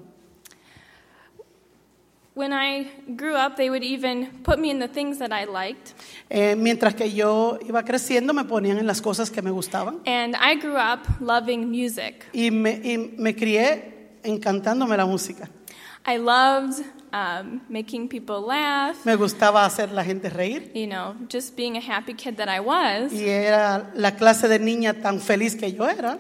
[SPEAKER 8] When I grew up, they would even put me in the things that I liked.
[SPEAKER 6] Eh, mientras que yo iba creciendo, me ponían en las cosas que me gustaban
[SPEAKER 8] And I grew up loving music.
[SPEAKER 6] y me, y me crié encantándome la música.
[SPEAKER 8] I loved um, making people laugh,
[SPEAKER 6] Me gustaba hacer la gente reír
[SPEAKER 8] you know, just being a happy kid that I was.
[SPEAKER 6] y era la clase de niña tan feliz que yo era,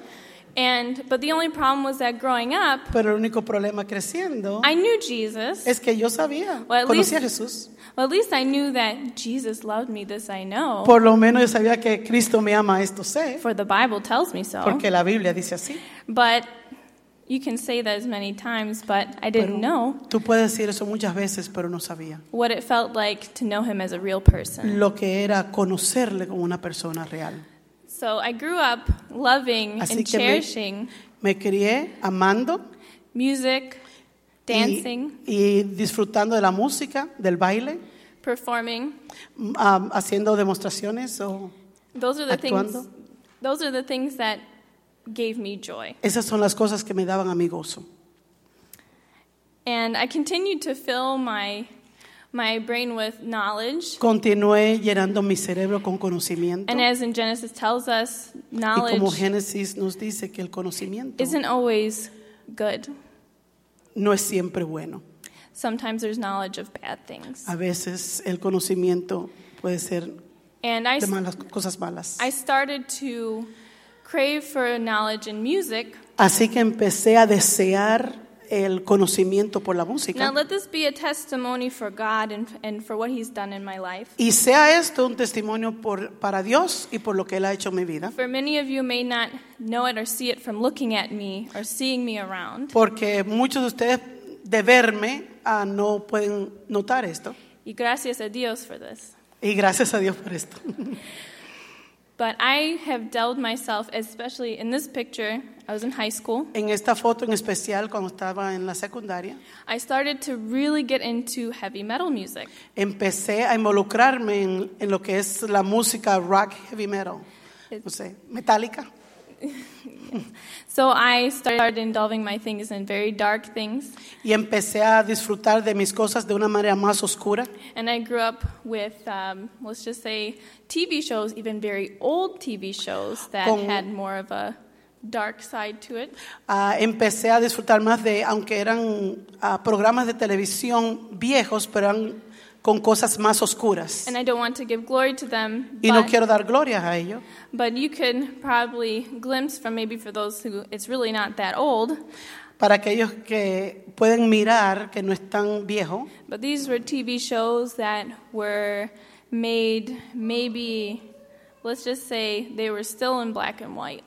[SPEAKER 8] And but the only problem was that growing up,
[SPEAKER 6] pero el único problema creciendo
[SPEAKER 8] I knew Jesus.
[SPEAKER 6] es que yo sabía,
[SPEAKER 8] Well, at
[SPEAKER 6] conocía a
[SPEAKER 8] least-
[SPEAKER 6] Jesús.
[SPEAKER 8] Well, at least I knew that Jesus loved me. This I know,
[SPEAKER 6] Por lo menos yo sabía que Cristo me ama, esto sé,
[SPEAKER 8] for the Bible tells me so.
[SPEAKER 6] porque la Biblia dice así.
[SPEAKER 8] But you can say that as many times, but I didn't know
[SPEAKER 6] Tú puedes decir eso muchas veces, pero no sabía
[SPEAKER 8] what it felt like to know him as a real person.
[SPEAKER 6] lo que era conocerle como una persona real.
[SPEAKER 8] So I grew up loving
[SPEAKER 6] Así
[SPEAKER 8] and
[SPEAKER 6] que me-
[SPEAKER 8] cherishing
[SPEAKER 6] Me crié amando
[SPEAKER 8] music,
[SPEAKER 6] y-
[SPEAKER 8] dancing,
[SPEAKER 6] y disfrutando de la música, del baile,
[SPEAKER 8] performing.
[SPEAKER 6] mm, ah, haciendo demostraciones o
[SPEAKER 8] Those are the things.
[SPEAKER 6] Actuando.
[SPEAKER 8] Those are the things that gave me joy.
[SPEAKER 6] esas son las cosas que me daban a mi gozo.
[SPEAKER 8] And I continued to fill my my brain with knowledge.
[SPEAKER 6] Continué llenando mi cerebro con conocimiento.
[SPEAKER 8] And as in Genesis tells us,
[SPEAKER 6] Y como
[SPEAKER 8] knowledge
[SPEAKER 6] Génesis nos dice que el conocimiento
[SPEAKER 8] isn't always good.
[SPEAKER 6] no es siempre bueno.
[SPEAKER 8] Sometimes there's knowledge of bad things.
[SPEAKER 6] A veces el conocimiento puede ser
[SPEAKER 8] And I,
[SPEAKER 6] de
[SPEAKER 8] s-
[SPEAKER 6] malas cosas malas.
[SPEAKER 8] I started to crave for knowledge in music.
[SPEAKER 6] Así que empecé a desear el conocimiento por la
[SPEAKER 8] Now
[SPEAKER 6] música.
[SPEAKER 8] let this be a testimony for God and, and for what He's done in my life.
[SPEAKER 6] Y sea esto un testimonio por, para Dios y por lo que Él ha hecho en mi vida.
[SPEAKER 8] For many of you may not know it or see it from looking at me or seeing me around.
[SPEAKER 6] Porque muchos de ustedes de verme ah, no pueden notar esto.
[SPEAKER 8] Y gracias a Dios for this.
[SPEAKER 6] Y gracias a Dios por esto.
[SPEAKER 8] But I have delved myself, especially in this picture, I was in high school.
[SPEAKER 6] En esta foto en especial, cuando estaba en la secundaria,
[SPEAKER 8] I started to really get into heavy metal music.
[SPEAKER 6] empecé a involucrarme en, en lo que es la música rock, heavy metal, no sé, metálica.
[SPEAKER 8] So I started involving my things in very dark things,
[SPEAKER 6] Y empecé a disfrutar de mis cosas de una manera más oscura.
[SPEAKER 8] and I grew up with, um, let's just say, TV shows, even very old TV shows that
[SPEAKER 6] Con-
[SPEAKER 8] had more of a dark side to it.
[SPEAKER 6] Ah, empecé a disfrutar más de, aunque eran ah, programas de televisión viejos, pero eran con cosas más oscuras.
[SPEAKER 8] And I don't want to give glory to them,
[SPEAKER 6] Y no
[SPEAKER 8] but,
[SPEAKER 6] quiero dar glorias a ello.
[SPEAKER 8] but you could probably glimpse from maybe for those who it's really not that old,
[SPEAKER 6] Para aquellos que pueden mirar, que no es tan viejo,
[SPEAKER 8] but these were TV shows that were made maybe, let's just say, they were still in black and white.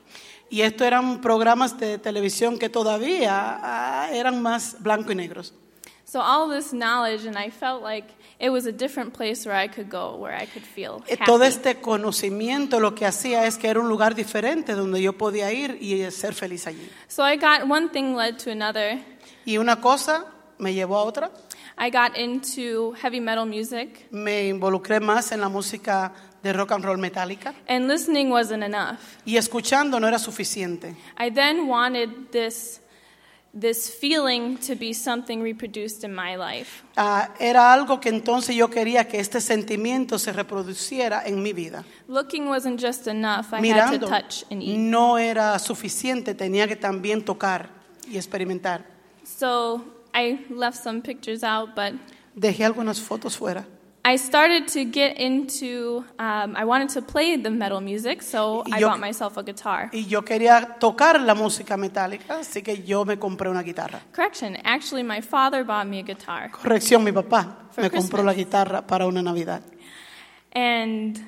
[SPEAKER 6] y esto eran programas de televisión que todavía ah, eran más blanco y negros.
[SPEAKER 8] So all this knowledge, and I felt like it was a different place where I could go, where I could feel
[SPEAKER 6] Eh, Todo
[SPEAKER 8] happy.
[SPEAKER 6] este conocimiento lo que hacía es que era un lugar diferente donde yo podía ir y eh, ser feliz allí.
[SPEAKER 8] So I got one thing led to another.
[SPEAKER 6] Y una cosa me llevó a otra.
[SPEAKER 8] I got into heavy metal music,
[SPEAKER 6] Me involucré más en la música de rock and roll metálica
[SPEAKER 8] and listening wasn't enough.
[SPEAKER 6] y escuchando no era suficiente.
[SPEAKER 8] I then wanted this this feeling to be something reproduced in my life.
[SPEAKER 6] Ah, era algo que entonces yo quería que este sentimiento se reproduciera en mi vida.
[SPEAKER 8] Looking wasn't just enough. I had to
[SPEAKER 6] Mirando Mm.
[SPEAKER 8] touch and eat.
[SPEAKER 6] no era suficiente, tenía que también tocar y experimentar.
[SPEAKER 8] So I left some pictures out, but
[SPEAKER 6] Dejé algunas fotos fuera.
[SPEAKER 8] I started to get into. Um, I wanted to play the metal music, so I
[SPEAKER 6] Yo-
[SPEAKER 8] bought myself a guitar.
[SPEAKER 6] Y yo quería tocar la música metálica, así que yo me compré una guitarra.
[SPEAKER 8] Correction. Actually, my father bought me a guitar,
[SPEAKER 6] Corrección, mi papá
[SPEAKER 8] For
[SPEAKER 6] me compró
[SPEAKER 8] Christmas.
[SPEAKER 6] la guitarra para una Navidad.
[SPEAKER 8] and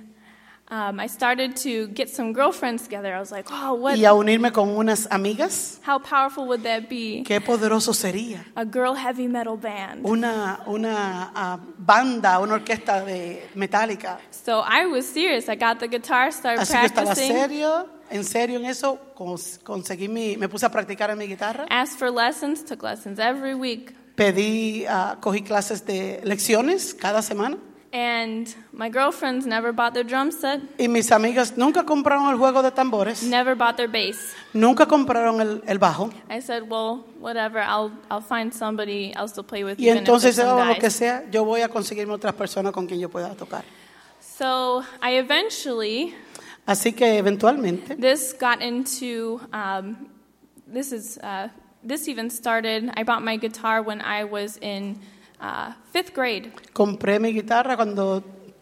[SPEAKER 8] um, I started to get some girlfriends together. I was like, oh, what?
[SPEAKER 6] y a unirme con unas amigas.
[SPEAKER 8] How powerful would that be?
[SPEAKER 6] Qué poderoso sería.
[SPEAKER 8] A girl heavy metal band.
[SPEAKER 6] Una, una ah, banda, una orquesta de metálica.
[SPEAKER 8] So I was serious. I got the guitar, started
[SPEAKER 6] Así que estaba
[SPEAKER 8] practicing,
[SPEAKER 6] serio, en serio en eso. cons- Conseguí mi, me puse a practicar en mi guitarra.
[SPEAKER 8] asked for lessons, took lessons every week.
[SPEAKER 6] Pedí, ah, cogí clases de lecciones cada semana.
[SPEAKER 8] And my girlfriends never bought their drum set,
[SPEAKER 6] Y mis amigas nunca compraron el juego de tambores,
[SPEAKER 8] never bought their bass.
[SPEAKER 6] nunca compraron el, el bajo.
[SPEAKER 8] I said, well, whatever, I'll, I'll find somebody else to play with.
[SPEAKER 6] Y
[SPEAKER 8] even if
[SPEAKER 6] entonces,
[SPEAKER 8] this one
[SPEAKER 6] hago lo
[SPEAKER 8] dies."
[SPEAKER 6] que sea, yo voy a conseguirme otras personas con quien yo pueda tocar.
[SPEAKER 8] So I eventually,
[SPEAKER 6] Así que eventualmente
[SPEAKER 8] this got into, um, this is, uh, this even started, I bought my guitar when I was in uh, fifth grade.
[SPEAKER 6] compré mi guitarra cuando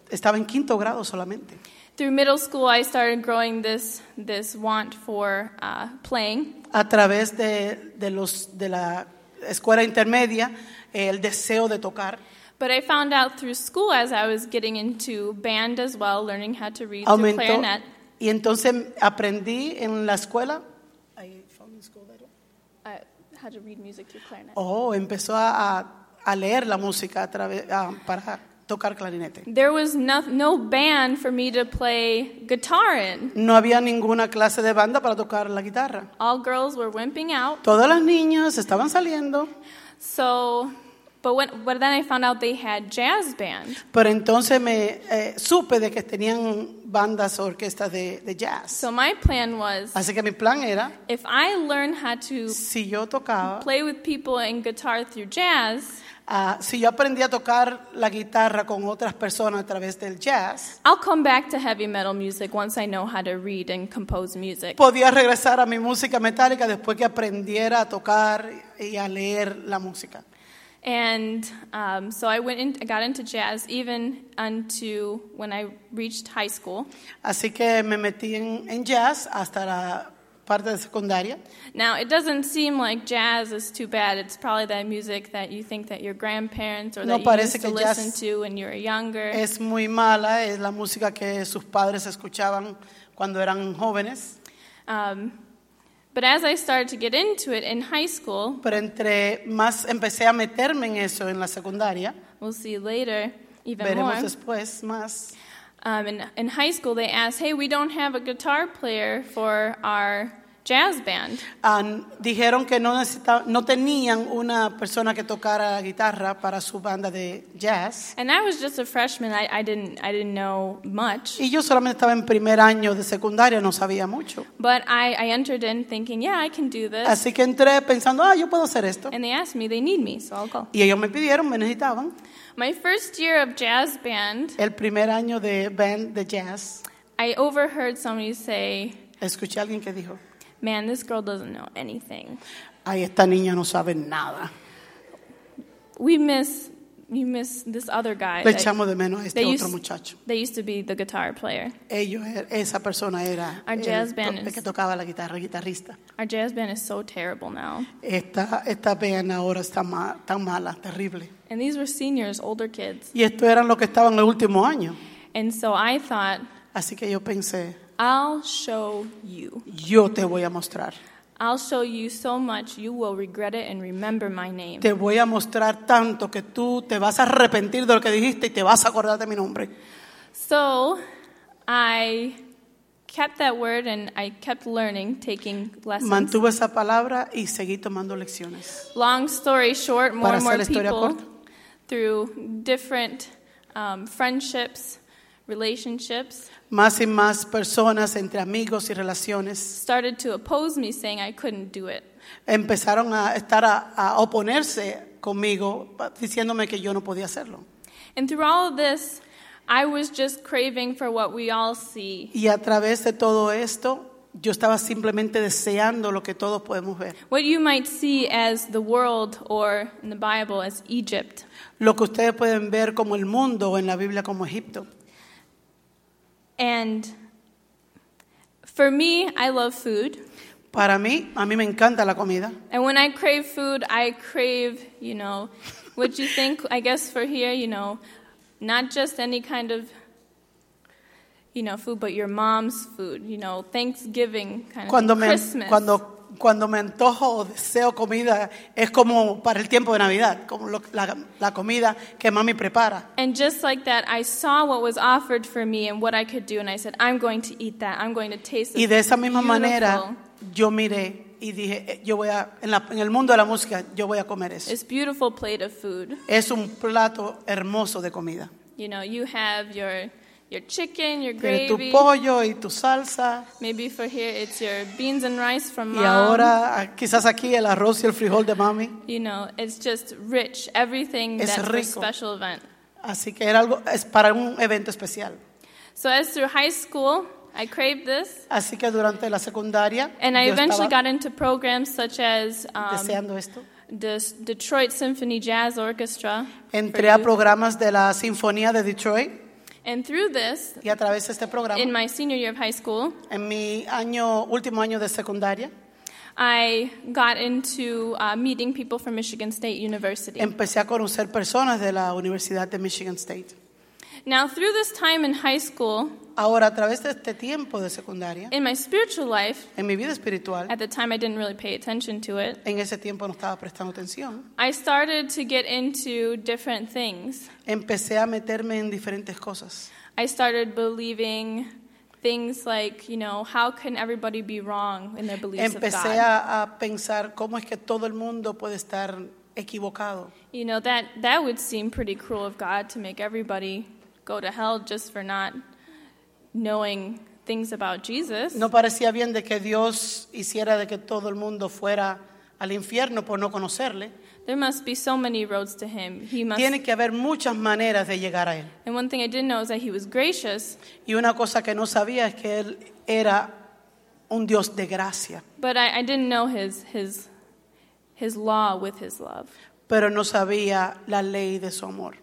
[SPEAKER 6] estaba en quinto grado solamente.
[SPEAKER 8] Through middle school, I started growing this, this want for uh, playing.
[SPEAKER 6] A través de, de los, de la escuela intermedia, eh, el deseo de tocar.
[SPEAKER 8] But I found out through school as I was getting into band as well, learning how to read through
[SPEAKER 6] Aumentó.
[SPEAKER 8] clarinet.
[SPEAKER 6] Y entonces aprendí en la escuela.
[SPEAKER 8] Uh, how to read music through clarinet.
[SPEAKER 6] Oh, empezó a, a- a leer la música a través, ah, para tocar clarinete.
[SPEAKER 8] There was no, no band for me to play guitar in.
[SPEAKER 6] No había ninguna clase de banda para tocar la guitarra.
[SPEAKER 8] All girls were wimping out.
[SPEAKER 6] Todas las niñas estaban saliendo,
[SPEAKER 8] So, but when, but then I found out they had jazz band.
[SPEAKER 6] pero entonces me eh, supe de que tenían bandas o orquestas de, de jazz.
[SPEAKER 8] So my plan was,
[SPEAKER 6] Así que mi plan era,
[SPEAKER 8] if I learn how to
[SPEAKER 6] si yo tocaba,
[SPEAKER 8] play with people and guitar through jazz,
[SPEAKER 6] ah, si yo aprendía a tocar la guitarra con otras personas a través del jazz,
[SPEAKER 8] I'll come back to heavy metal music once I know how to read and compose music.
[SPEAKER 6] podía regresar a mi música metálica después que aprendiera a tocar y a leer la música.
[SPEAKER 8] And um, so I went in, I got into jazz even unto when I reached high school.
[SPEAKER 6] Así que me metí en, en jazz hasta la parte de secundaria.
[SPEAKER 8] Now, it doesn't seem like jazz is too bad. It's probably that music that you think that your grandparents or
[SPEAKER 6] No
[SPEAKER 8] that you
[SPEAKER 6] parece
[SPEAKER 8] used to
[SPEAKER 6] que jazz
[SPEAKER 8] listen to when you were younger.
[SPEAKER 6] Es muy mala, es la música que sus padres escuchaban cuando eran jóvenes.
[SPEAKER 8] Um, but as I started to get into it in high school,
[SPEAKER 6] Pero entre más empecé a meterme en eso en la secundaria,
[SPEAKER 8] we'll see later even
[SPEAKER 6] veremos
[SPEAKER 8] more.
[SPEAKER 6] después más.
[SPEAKER 8] Um, in, in high school, they asked, hey, we don't have a guitar player for our jazz band.
[SPEAKER 6] Ah, dijeron que no, necesita- no tenían una persona que tocara guitarra para su banda de jazz.
[SPEAKER 8] And I was just a freshman. I, I, didn't, I didn't know much.
[SPEAKER 6] Y yo solamente estaba en primer año de secundaria, no sabía mucho.
[SPEAKER 8] But I, I entered in thinking, yeah, I can do this.
[SPEAKER 6] Así que entré pensando, ah, yo puedo hacer esto.
[SPEAKER 8] And they asked me, they need me, so I'll go.
[SPEAKER 6] Y ellos me pidieron, me necesitaban.
[SPEAKER 8] My first year of jazz band,
[SPEAKER 6] El primer año de band de jazz,
[SPEAKER 8] I overheard somebody say,
[SPEAKER 6] escuché a alguien que dijo,
[SPEAKER 8] Man, this girl doesn't know anything.
[SPEAKER 6] Ay, esta niña no sabe nada.
[SPEAKER 8] We miss, you miss this other guy.
[SPEAKER 6] Le
[SPEAKER 8] that-
[SPEAKER 6] echamos de menos a este
[SPEAKER 8] that
[SPEAKER 6] otro
[SPEAKER 8] used-
[SPEAKER 6] muchacho.
[SPEAKER 8] that used to be the guitar player.
[SPEAKER 6] Ellos, er- esa persona era
[SPEAKER 8] Our
[SPEAKER 6] el,
[SPEAKER 8] jazz
[SPEAKER 6] to-
[SPEAKER 8] band
[SPEAKER 6] el
[SPEAKER 8] is-
[SPEAKER 6] que tocaba la guitarra, el guitarrista.
[SPEAKER 8] Our jazz band is so terrible now.
[SPEAKER 6] Esta, esta band ahora está ma- tan mala, terrible.
[SPEAKER 8] And these were seniors, older kids.
[SPEAKER 6] Y esto eran los que estaban en el último año.
[SPEAKER 8] And so I thought,
[SPEAKER 6] Así que yo pensé,
[SPEAKER 8] I'll show you.
[SPEAKER 6] yo te voy a mostrar.
[SPEAKER 8] I'll show you so much you will regret it and remember my name.
[SPEAKER 6] Te voy a mostrar tanto que tú te vas a arrepentir de lo que dijiste y te vas a acordar de mi nombre.
[SPEAKER 8] So I kept that word and I kept learning, taking lessons.
[SPEAKER 6] Mantuve esa palabra y seguí tomando lecciones.
[SPEAKER 8] Long story short, more
[SPEAKER 6] Para
[SPEAKER 8] and more
[SPEAKER 6] hacer la historia
[SPEAKER 8] people
[SPEAKER 6] corta.
[SPEAKER 8] through different um, friendships, relationships,
[SPEAKER 6] Más y más personas entre amigos y relaciones
[SPEAKER 8] started to oppose me, saying I couldn't do it.
[SPEAKER 6] empezaron a estar a, a oponerse conmigo pa- diciéndome que yo no podía hacerlo.
[SPEAKER 8] And through all of this, I was just craving for what we all see,
[SPEAKER 6] Y a través de todo esto, yo estaba simplemente deseando lo que todos podemos ver.
[SPEAKER 8] what you might see as the world or in the Bible as Egypt.
[SPEAKER 6] Lo que ustedes pueden ver como el mundo o en la Biblia como Egipto.
[SPEAKER 8] And for me, I love food.
[SPEAKER 6] Para mí, a mí me encanta la comida.
[SPEAKER 8] And when I crave food, I crave, you know, what you think, I guess, for here, you know, not just any kind of, you you know, food, but your mom's food, you know, Thanksgiving kind of
[SPEAKER 6] Cuando
[SPEAKER 8] thing,
[SPEAKER 6] me,
[SPEAKER 8] Christmas.
[SPEAKER 6] cuando, cuando me antojo o deseo comida, es como para el tiempo de Navidad, como lo- la, la comida que mami prepara.
[SPEAKER 8] And just like that, I saw what was offered for me and what I could do, and I said, I'm going to eat that. I'm going to taste this.
[SPEAKER 6] Y de esa misma
[SPEAKER 8] beautiful."
[SPEAKER 6] manera yo miré y dije, eh, yo voy a, en, la- en el mundo de la música, yo voy a comer eso.
[SPEAKER 8] This beautiful plate of food.
[SPEAKER 6] Es un plato hermoso de comida.
[SPEAKER 8] You know, you have your your chicken, your
[SPEAKER 6] Tienes tu
[SPEAKER 8] gravy.
[SPEAKER 6] pollo y tu salsa.
[SPEAKER 8] Maybe for here it's your beans and rice from mom.
[SPEAKER 6] Y ahora ah, quizás aquí el arroz y el frijol de mami.
[SPEAKER 8] You know, it's just rich. Everything
[SPEAKER 6] Es
[SPEAKER 8] that's for
[SPEAKER 6] rico.
[SPEAKER 8] special event.
[SPEAKER 6] Así que era algo, es para un evento especial.
[SPEAKER 8] So as through high school, I craved this,
[SPEAKER 6] Así que durante la secundaria
[SPEAKER 8] and I
[SPEAKER 6] yo
[SPEAKER 8] eventually
[SPEAKER 6] estaba
[SPEAKER 8] got into programs such as um,
[SPEAKER 6] deseando esto.
[SPEAKER 8] the Detroit Symphony Jazz Orchestra. for
[SPEAKER 6] Entré a
[SPEAKER 8] youth.
[SPEAKER 6] programas de la Sinfonía de Detroit
[SPEAKER 8] and through this,
[SPEAKER 6] y a través de este programa,
[SPEAKER 8] in my senior year of high school,
[SPEAKER 6] en mi año último año de secundaria,
[SPEAKER 8] I got into uh, meeting people from Michigan State University.
[SPEAKER 6] empecé a conocer personas de la Universidad de Michigan State.
[SPEAKER 8] Now, through this time in high school,
[SPEAKER 6] Ahora, a través de este tiempo de secundaria,
[SPEAKER 8] in my spiritual life,
[SPEAKER 6] en mi vida espiritual,
[SPEAKER 8] at the time I didn't really pay attention to it,
[SPEAKER 6] en ese tiempo no estaba prestando atención,
[SPEAKER 8] I started to get into different things.
[SPEAKER 6] empecé a meterme en diferentes cosas.
[SPEAKER 8] I started believing things like, you know, how can everybody be wrong in their beliefs of
[SPEAKER 6] Empecé
[SPEAKER 8] God?
[SPEAKER 6] a, a pensar cómo es que todo el mundo puede estar equivocado.
[SPEAKER 8] You know, that, that would seem pretty cruel of God to make everybody go to hell just for not knowing things about Jesus.
[SPEAKER 6] No parecía bien de que Dios hiciera de que todo el mundo fuera al infierno por no conocerle.
[SPEAKER 8] There must be so many roads to him. He must
[SPEAKER 6] Tiene que haber muchas maneras de llegar a Él.
[SPEAKER 8] And one thing I didn't know is that he was gracious,
[SPEAKER 6] Y una cosa que no sabía es que Él era un Dios de gracia,
[SPEAKER 8] but I, I didn't know his his his law with his love.
[SPEAKER 6] pero no sabía la ley de su amor.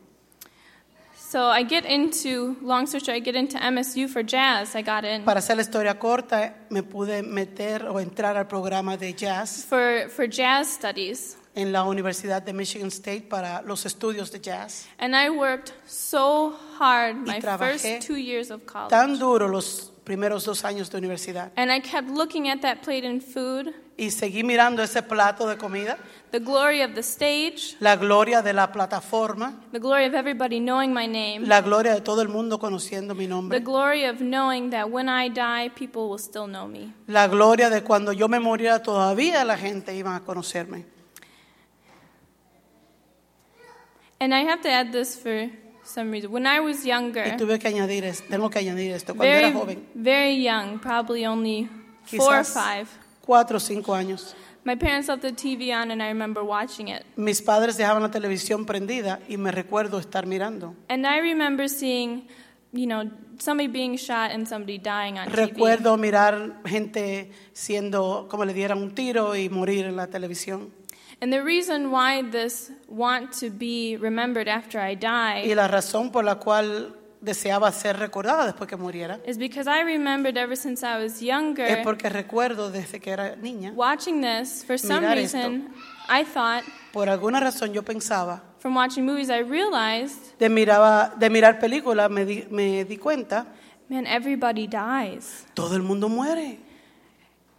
[SPEAKER 8] So I get into long story short, I get into MSU for jazz. I got in
[SPEAKER 6] Para hacer la historia corta, me pude meter o entrar al programa de jazz
[SPEAKER 8] for for jazz studies,
[SPEAKER 6] en la Universidad de Michigan State para los estudios de jazz.
[SPEAKER 8] and I worked so hard my
[SPEAKER 6] trabajé
[SPEAKER 8] first two years of
[SPEAKER 6] Tan
[SPEAKER 8] college.
[SPEAKER 6] duro los primeros dos años de universidad.
[SPEAKER 8] And I kept looking at that plate and food,
[SPEAKER 6] Y seguí mirando ese plato de comida,
[SPEAKER 8] the glory of the stage,
[SPEAKER 6] la gloria de la plataforma,
[SPEAKER 8] the glory of everybody knowing my name,
[SPEAKER 6] la gloria de todo el mundo conociendo mi
[SPEAKER 8] the
[SPEAKER 6] nombre,
[SPEAKER 8] glory of knowing that when I die, people will still know me.
[SPEAKER 6] la gloria de cuando yo me muriera todavía la gente iba a conocerme.
[SPEAKER 8] And I have to add this for some reason. When I was
[SPEAKER 6] Y
[SPEAKER 8] younger,
[SPEAKER 6] tuve que añadir esto, tengo que añadir esto, cuando
[SPEAKER 8] very,
[SPEAKER 6] era joven,
[SPEAKER 8] very young, probably only four or
[SPEAKER 6] quizás
[SPEAKER 8] five,
[SPEAKER 6] cuatro o cinco años.
[SPEAKER 8] my parents left the TV on and I remember watching it.
[SPEAKER 6] Mis padres dejaban la televisión prendida y me recuerdo estar mirando.
[SPEAKER 8] And I remember seeing, you know, somebody being shot and somebody dying on TV.
[SPEAKER 6] Recuerdo mirar gente siendo como le dieran un tiro y morir en la televisión.
[SPEAKER 8] And the reason why this want to be remembered after
[SPEAKER 6] Y
[SPEAKER 8] I die
[SPEAKER 6] la razón por la cual deseaba ser recordada después que muriera
[SPEAKER 8] is because I remembered ever since I was
[SPEAKER 6] es
[SPEAKER 8] younger
[SPEAKER 6] porque recuerdo desde que era niña.
[SPEAKER 8] watching this. For some
[SPEAKER 6] Mirar esto.
[SPEAKER 8] reason, I thought
[SPEAKER 6] Por alguna razón yo pensaba,
[SPEAKER 8] from watching movies, I realized
[SPEAKER 6] de, miraba, de mirar películas me di, me di cuenta,
[SPEAKER 8] Man, everybody dies.
[SPEAKER 6] todo el mundo muere.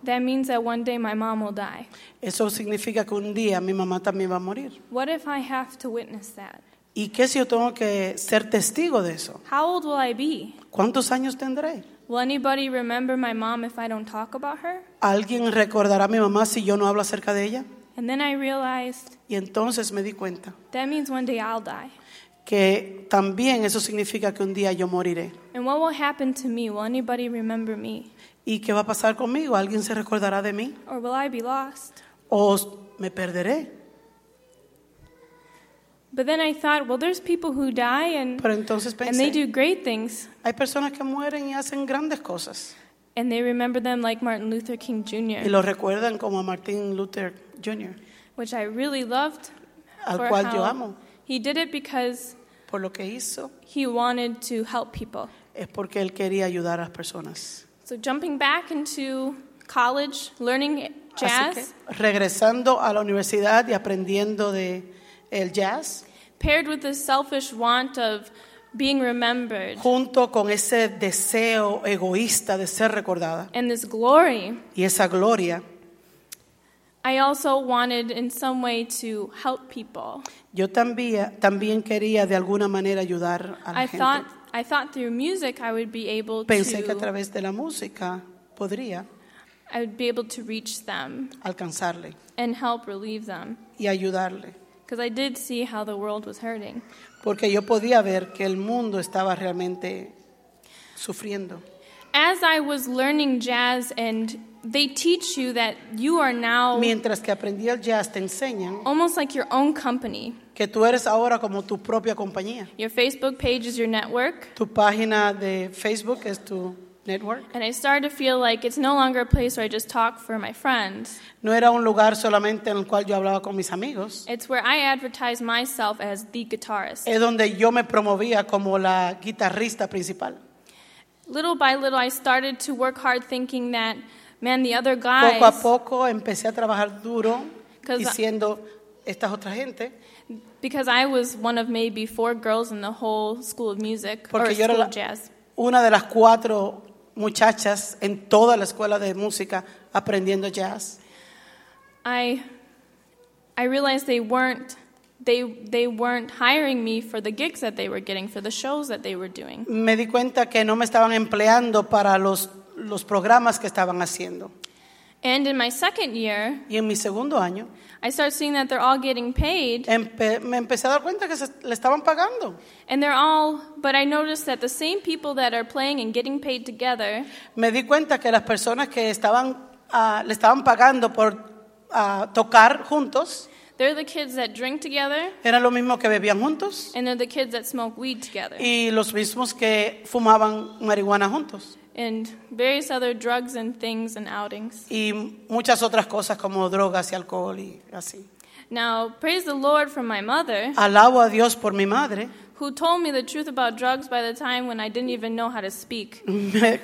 [SPEAKER 8] That means that one day my mom will die.
[SPEAKER 6] Eso significa que un día mi mamá también va a morir.
[SPEAKER 8] What if I have to witness that?
[SPEAKER 6] ¿Y qué si yo tengo que ser testigo de eso?
[SPEAKER 8] How old will I be?
[SPEAKER 6] ¿Cuántos años tendré?
[SPEAKER 8] Will anybody remember my mom if I don't talk about her?
[SPEAKER 6] ¿Alguien recordará a mi mamá si yo no hablo acerca de ella?
[SPEAKER 8] And then I realized
[SPEAKER 6] Y entonces me di cuenta
[SPEAKER 8] that means one day I'll die.
[SPEAKER 6] que también eso significa que un día yo moriré.
[SPEAKER 8] And what will happen to me? Will anybody remember me?
[SPEAKER 6] ¿Y qué va a pasar conmigo? ¿Alguien se recordará de mí?
[SPEAKER 8] Or will I be lost?
[SPEAKER 6] ¿O me perderé?
[SPEAKER 8] But then I thought, well, there's people who die and,
[SPEAKER 6] Pero entonces
[SPEAKER 8] and they
[SPEAKER 6] pensé,
[SPEAKER 8] do great things.
[SPEAKER 6] hay personas que mueren y hacen grandes cosas.
[SPEAKER 8] And they remember them like Martin Luther King
[SPEAKER 6] Y
[SPEAKER 8] Jr.,
[SPEAKER 6] lo recuerdan como a Martin Luther Jr.,
[SPEAKER 8] which I really loved.
[SPEAKER 6] al
[SPEAKER 8] for
[SPEAKER 6] cual
[SPEAKER 8] how
[SPEAKER 6] yo amo.
[SPEAKER 8] He did it because
[SPEAKER 6] Por lo que hizo
[SPEAKER 8] he wanted to help people.
[SPEAKER 6] es porque él quería ayudar a las personas.
[SPEAKER 8] So jumping back into college,
[SPEAKER 6] Ah,
[SPEAKER 8] learning jazz,
[SPEAKER 6] Así que regresando a la universidad y aprendiendo de el jazz,
[SPEAKER 8] paired with this selfish want of being remembered
[SPEAKER 6] junto con ese deseo egoísta de ser recordada
[SPEAKER 8] and this glory,
[SPEAKER 6] y esa gloria,
[SPEAKER 8] I also wanted in some way to help people.
[SPEAKER 6] yo también, también quería de alguna manera ayudar a la
[SPEAKER 8] I
[SPEAKER 6] gente.
[SPEAKER 8] thought I thought through music I would be able
[SPEAKER 6] Pensé que a
[SPEAKER 8] to
[SPEAKER 6] través de la música podría
[SPEAKER 8] I would be able to reach them
[SPEAKER 6] alcanzarle
[SPEAKER 8] and help relieve them
[SPEAKER 6] y ayudarle,
[SPEAKER 8] because I did see how the world was hurting.
[SPEAKER 6] porque yo podía ver que el mundo estaba realmente sufriendo.
[SPEAKER 8] As I was learning jazz and they teach you that you are now
[SPEAKER 6] Mientras que aprendí el jazz te enseñan
[SPEAKER 8] almost like your own company.
[SPEAKER 6] que tú eres ahora como tu propia compañía.
[SPEAKER 8] Your Facebook page is your network.
[SPEAKER 6] Tu página de Facebook es tu network.
[SPEAKER 8] And I started to feel like it's no longer a place where I just talk for my friends.
[SPEAKER 6] No era un lugar solamente en el cual yo hablaba con mis amigos.
[SPEAKER 8] It's where I advertise myself as the guitarist.
[SPEAKER 6] Es donde yo me promovía como la guitarrista principal.
[SPEAKER 8] Little by little, I started to work hard thinking that, man, the other
[SPEAKER 6] Poco a
[SPEAKER 8] guys,
[SPEAKER 6] poco empecé a trabajar duro
[SPEAKER 8] Ah, Cause I-
[SPEAKER 6] diciendo estas otras gente,
[SPEAKER 8] because I was one of maybe four girls in the whole school of music or
[SPEAKER 6] porque yo era
[SPEAKER 8] school
[SPEAKER 6] la-
[SPEAKER 8] of jazz.
[SPEAKER 6] una de las cuatro muchachas en toda la escuela de música aprendiendo jazz.
[SPEAKER 8] I, I realized they weren't, they, they weren't hiring me for the gigs that they were getting, for the shows that they were doing.
[SPEAKER 6] Me di cuenta que no me estaban empleando para los, los programas que estaban haciendo.
[SPEAKER 8] And in my second year,
[SPEAKER 6] Y en mi segundo año
[SPEAKER 8] I start seeing that they're all getting paid,
[SPEAKER 6] empe- me empecé a dar cuenta que se, le estaban pagando.
[SPEAKER 8] and they're all, but I noticed that the same people that are playing and getting paid together
[SPEAKER 6] Me di cuenta que las personas que estaban, ah, le estaban pagando por ah, tocar juntos
[SPEAKER 8] They're the kids that drink together,
[SPEAKER 6] eran lo mismo que bebían juntos
[SPEAKER 8] and they're the kids that smoke weed together,
[SPEAKER 6] y los mismos que fumaban marihuana juntos
[SPEAKER 8] and various other drugs and things and outings.
[SPEAKER 6] y muchas otras cosas como drogas y alcohol y así.
[SPEAKER 8] Now, praise the Lord for my mother,
[SPEAKER 6] Alabo a Dios por mi madre,
[SPEAKER 8] who told me the truth about drugs by the time when I didn't even know how to speak.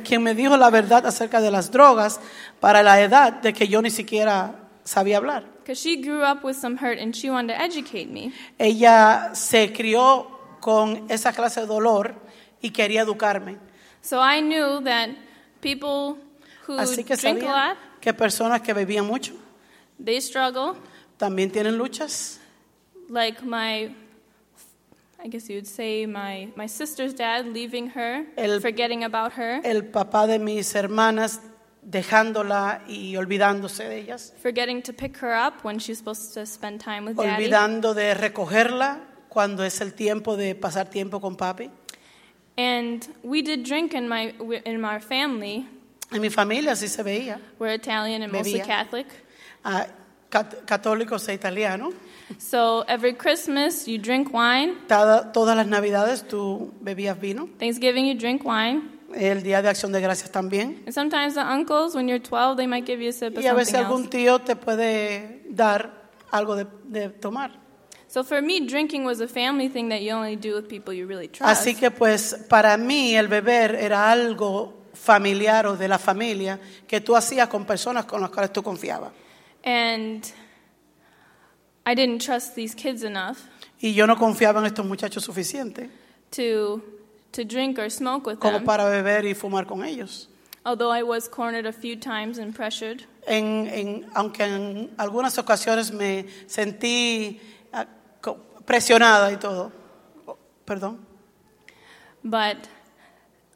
[SPEAKER 6] quien me dijo la verdad acerca de las drogas para la edad de que yo ni siquiera sabía hablar.
[SPEAKER 8] Because she grew up with some hurt and she wanted to educate me.
[SPEAKER 6] Ella se crió con esa clase de dolor y quería educarme.
[SPEAKER 8] So I knew that people who
[SPEAKER 6] Así que
[SPEAKER 8] drink a lot,
[SPEAKER 6] sabía que personas que bebían mucho
[SPEAKER 8] they struggle,
[SPEAKER 6] también tienen luchas,
[SPEAKER 8] like my. I guess you would say my, my sister's dad leaving her,
[SPEAKER 6] El-
[SPEAKER 8] forgetting about her.
[SPEAKER 6] el papá de mis hermanas dejándola y olvidándose de ellas,
[SPEAKER 8] forgetting to pick her up when she's supposed to spend time with daddy.
[SPEAKER 6] olvidando de recogerla cuando es el tiempo de pasar tiempo con papi.
[SPEAKER 8] And we did drink in my in our family.
[SPEAKER 6] En mi familia así se veía,
[SPEAKER 8] We're Italian and mostly
[SPEAKER 6] Bebía.
[SPEAKER 8] Catholic.
[SPEAKER 6] ah, cat- católicos e italianos.
[SPEAKER 8] So every Christmas you drink wine,
[SPEAKER 6] Tada- todas las navidades tú bebías vino,
[SPEAKER 8] Thanksgiving you drink wine,
[SPEAKER 6] el Día de Acción de Gracias también.
[SPEAKER 8] and sometimes the uncles when you're 12 they might give you a sip of
[SPEAKER 6] Y a veces
[SPEAKER 8] something
[SPEAKER 6] algún
[SPEAKER 8] else.
[SPEAKER 6] tío te puede dar algo de, de tomar.
[SPEAKER 8] So for me drinking was a family thing that you only do with people you really trust.
[SPEAKER 6] Así que pues para mí el beber era algo familiar o de la familia que tú hacías con personas con las cuales tú confiabas.
[SPEAKER 8] And I didn't trust these kids enough
[SPEAKER 6] Y yo no confiaba en estos muchachos suficiente
[SPEAKER 8] to to drink or smoke with
[SPEAKER 6] como
[SPEAKER 8] them.
[SPEAKER 6] para beber y fumar con ellos.
[SPEAKER 8] Although I was cornered a few times and pressured.
[SPEAKER 6] En, en- aunque en algunas ocasiones me sentí ah, co- presionada y todo. Oh, Perdón.
[SPEAKER 8] But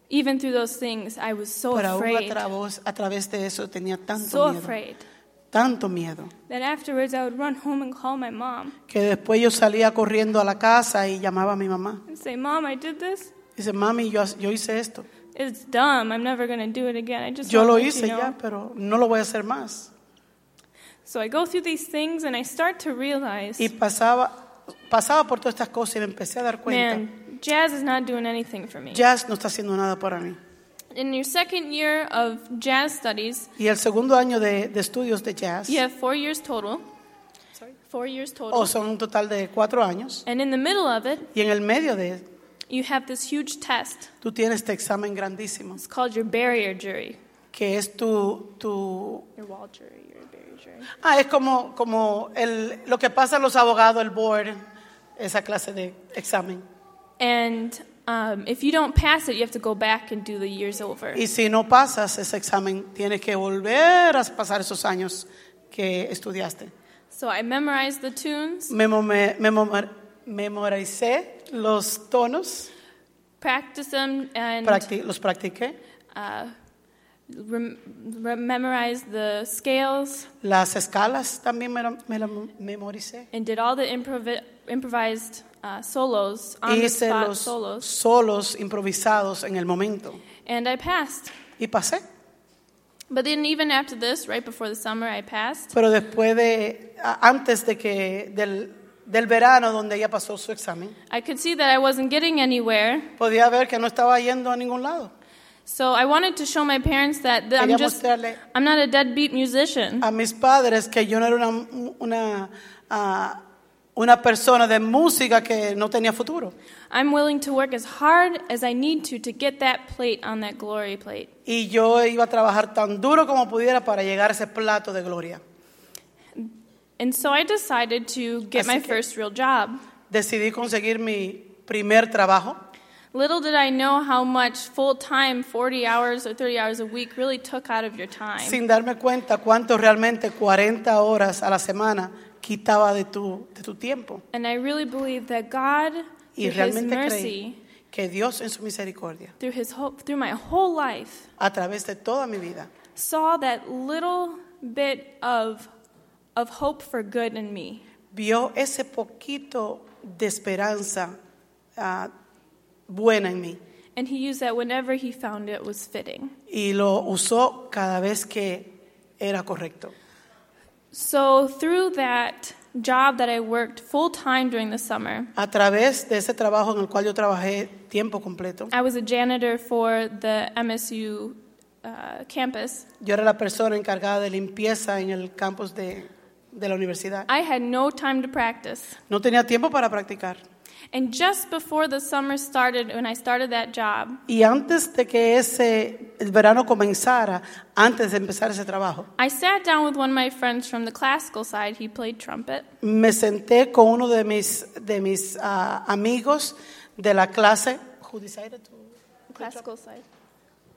[SPEAKER 8] even through those things, I was so
[SPEAKER 6] Pero aún a
[SPEAKER 8] afraid,
[SPEAKER 6] través, a través de eso tenía tanto
[SPEAKER 8] so
[SPEAKER 6] miedo.
[SPEAKER 8] afraid,
[SPEAKER 6] Tanto miedo.
[SPEAKER 8] that afterwards I would run home and call my mom
[SPEAKER 6] que después yo salía corriendo a la casa y llamaba a mi mamá.
[SPEAKER 8] and say, Mom, I did this.
[SPEAKER 6] Dice, mami, yo, yo hice esto.
[SPEAKER 8] It's dumb. I'm never going to do it again. I just
[SPEAKER 6] Yo
[SPEAKER 8] want
[SPEAKER 6] lo
[SPEAKER 8] to let you
[SPEAKER 6] hice
[SPEAKER 8] know."
[SPEAKER 6] ya, pero no lo voy a hacer más.
[SPEAKER 8] So I go through these things and I start to realize,
[SPEAKER 6] Y pasaba, pasaba por todas estas cosas y me empecé a dar cuenta.
[SPEAKER 8] man, jazz is not doing anything for me.
[SPEAKER 6] Jazz no está haciendo nada para mí.
[SPEAKER 8] In your second year of jazz studies,
[SPEAKER 6] Y el segundo año de, de estudios de jazz,
[SPEAKER 8] you have four years total. Sorry? Four years total.
[SPEAKER 6] o son un total de cuatro años,
[SPEAKER 8] And in the middle of it,
[SPEAKER 6] y en el medio de
[SPEAKER 8] you have this huge test.
[SPEAKER 6] tú tienes este examen grandísimo,
[SPEAKER 8] It's called your barrier jury.
[SPEAKER 6] que es tu... tu
[SPEAKER 8] Your wall jury, your barrier jury.
[SPEAKER 6] ah, es como, como el, lo que pasa a los abogados, el board, esa clase de examen.
[SPEAKER 8] And um, if you don't pass it, you have to go back and do the years over.
[SPEAKER 6] Y si no pasas ese examen, tienes que volver a pasar esos años que estudiaste.
[SPEAKER 8] So I memorized the tunes,
[SPEAKER 6] Memo- me- memor- memoricé los tonos,
[SPEAKER 8] practiced them, and
[SPEAKER 6] practi- los practiqué,
[SPEAKER 8] uh, rem- rem- memorized the scales,
[SPEAKER 6] las escalas también me, lo- me las memoricé.
[SPEAKER 8] and did all the improvi- improvised uh, solos on the
[SPEAKER 6] Hice
[SPEAKER 8] spot
[SPEAKER 6] los
[SPEAKER 8] solos,
[SPEAKER 6] solos improvisados en el momento
[SPEAKER 8] and I passed.
[SPEAKER 6] y pasé.
[SPEAKER 8] But then, even after this, right before the summer, I passed.
[SPEAKER 6] Pero después de, a- antes de que, del, del verano donde ella pasó su examen,
[SPEAKER 8] I could see that I wasn't getting anywhere,
[SPEAKER 6] podía ver que no estaba yendo a ningún lado.
[SPEAKER 8] so I wanted to show my parents that, that
[SPEAKER 6] Quería
[SPEAKER 8] I'm just
[SPEAKER 6] mostrarle-
[SPEAKER 8] I'm not a deadbeat musician.
[SPEAKER 6] a mis padres que yo no era una, una, ah, una persona de música que no tenía futuro.
[SPEAKER 8] I'm willing to work as hard as I need to to get that plate on that glory plate.
[SPEAKER 6] Y yo iba a trabajar tan duro como pudiera para llegar a ese plato de gloria.
[SPEAKER 8] And so I decided to get
[SPEAKER 6] Así
[SPEAKER 8] my
[SPEAKER 6] que-
[SPEAKER 8] first real job.
[SPEAKER 6] Decidí conseguir mi primer trabajo.
[SPEAKER 8] Little did I know how much full time, 40 hours or 30 hours a week, really took out of your time.
[SPEAKER 6] Sin darme cuenta cuánto realmente 40 horas a la semana quitaba de tu, de tu tiempo.
[SPEAKER 8] And I really believe that God,
[SPEAKER 6] Y
[SPEAKER 8] through His
[SPEAKER 6] realmente
[SPEAKER 8] mercy,
[SPEAKER 6] creí que Dios en su misericordia,
[SPEAKER 8] through His ho- through my whole life,
[SPEAKER 6] a través de toda mi vida,
[SPEAKER 8] saw that little bit of of hope for good in me.
[SPEAKER 6] vio ese poquito de esperanza ah, buena en mí.
[SPEAKER 8] And He used that whenever He found it was fitting.
[SPEAKER 6] y lo usó cada vez que era correcto.
[SPEAKER 8] So through that job that I worked full time during the summer,
[SPEAKER 6] A través de ese trabajo en el cual yo trabajé tiempo completo,
[SPEAKER 8] I was a janitor for the MSU uh, campus.
[SPEAKER 6] yo era la persona encargada de limpieza en el campus de, de la universidad.
[SPEAKER 8] I had no time to practice.
[SPEAKER 6] No tenía tiempo para practicar.
[SPEAKER 8] And just before the summer started, when I started that job,
[SPEAKER 6] Y antes de que ese el verano comenzara, antes de empezar ese trabajo,
[SPEAKER 8] I sat down with one of my friends from the classical side. He played trumpet.
[SPEAKER 6] me senté con uno de mis, de mis ah, amigos de la clase. Who decided to-
[SPEAKER 8] Classical side.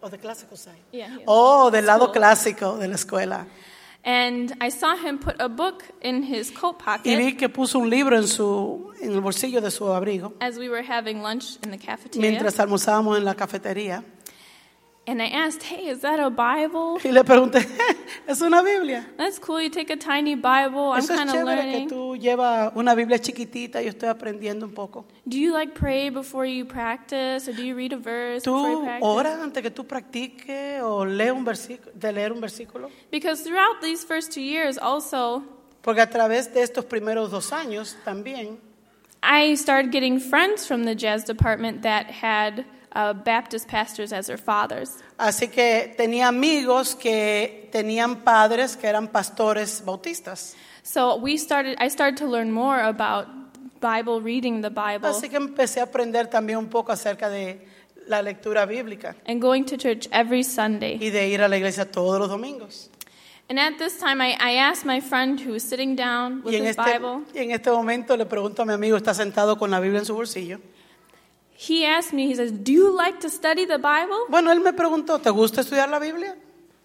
[SPEAKER 6] o de classical side.
[SPEAKER 8] Yeah, yeah.
[SPEAKER 6] Oh, del lado
[SPEAKER 8] School.
[SPEAKER 6] clásico de la escuela.
[SPEAKER 8] And I saw him put a book in his coat
[SPEAKER 6] Y vi
[SPEAKER 8] pocket
[SPEAKER 6] que puso un libro en, su, en el bolsillo de su abrigo
[SPEAKER 8] as we were having lunch in the cafeteria.
[SPEAKER 6] mientras almorzábamos en la cafetería.
[SPEAKER 8] And I asked, hey, is that a Bible?
[SPEAKER 6] Y le pregunté, ¿es una Biblia?
[SPEAKER 8] That's cool. You take a tiny Bible. I'm
[SPEAKER 6] Eso es
[SPEAKER 8] kind of
[SPEAKER 6] chévere que
[SPEAKER 8] learning.
[SPEAKER 6] tú llevas una Biblia chiquitita, yo estoy aprendiendo un poco.
[SPEAKER 8] Do you like pray before you practice, or do you read a verse before you
[SPEAKER 6] ¿Tú
[SPEAKER 8] practice?
[SPEAKER 6] oras antes que tú practiques o lees un versículo, de leer un versículo?
[SPEAKER 8] Because throughout these first two years, also,
[SPEAKER 6] Porque a través de estos primeros dos años también,
[SPEAKER 8] I started getting friends from the jazz department that had uh, Baptist pastors as their fathers.
[SPEAKER 6] así que tenía amigos que tenían padres que eran pastores bautistas.
[SPEAKER 8] So we started. I started to learn more about Bible reading, the Bible,
[SPEAKER 6] Así que empecé a aprender también un poco acerca de la lectura bíblica.
[SPEAKER 8] and going to church every Sunday.
[SPEAKER 6] y de ir a la iglesia todos los domingos.
[SPEAKER 8] And at this time, I, I asked my friend who was sitting down with
[SPEAKER 6] Y en,
[SPEAKER 8] his
[SPEAKER 6] este,
[SPEAKER 8] Bible.
[SPEAKER 6] y en este momento le pregunto a mi amigo, está sentado con la Biblia en su bolsillo.
[SPEAKER 8] He asked me. He says, "Do you like to study the Bible?"
[SPEAKER 6] Bueno, él me preguntó, ¿te gusta estudiar la Biblia?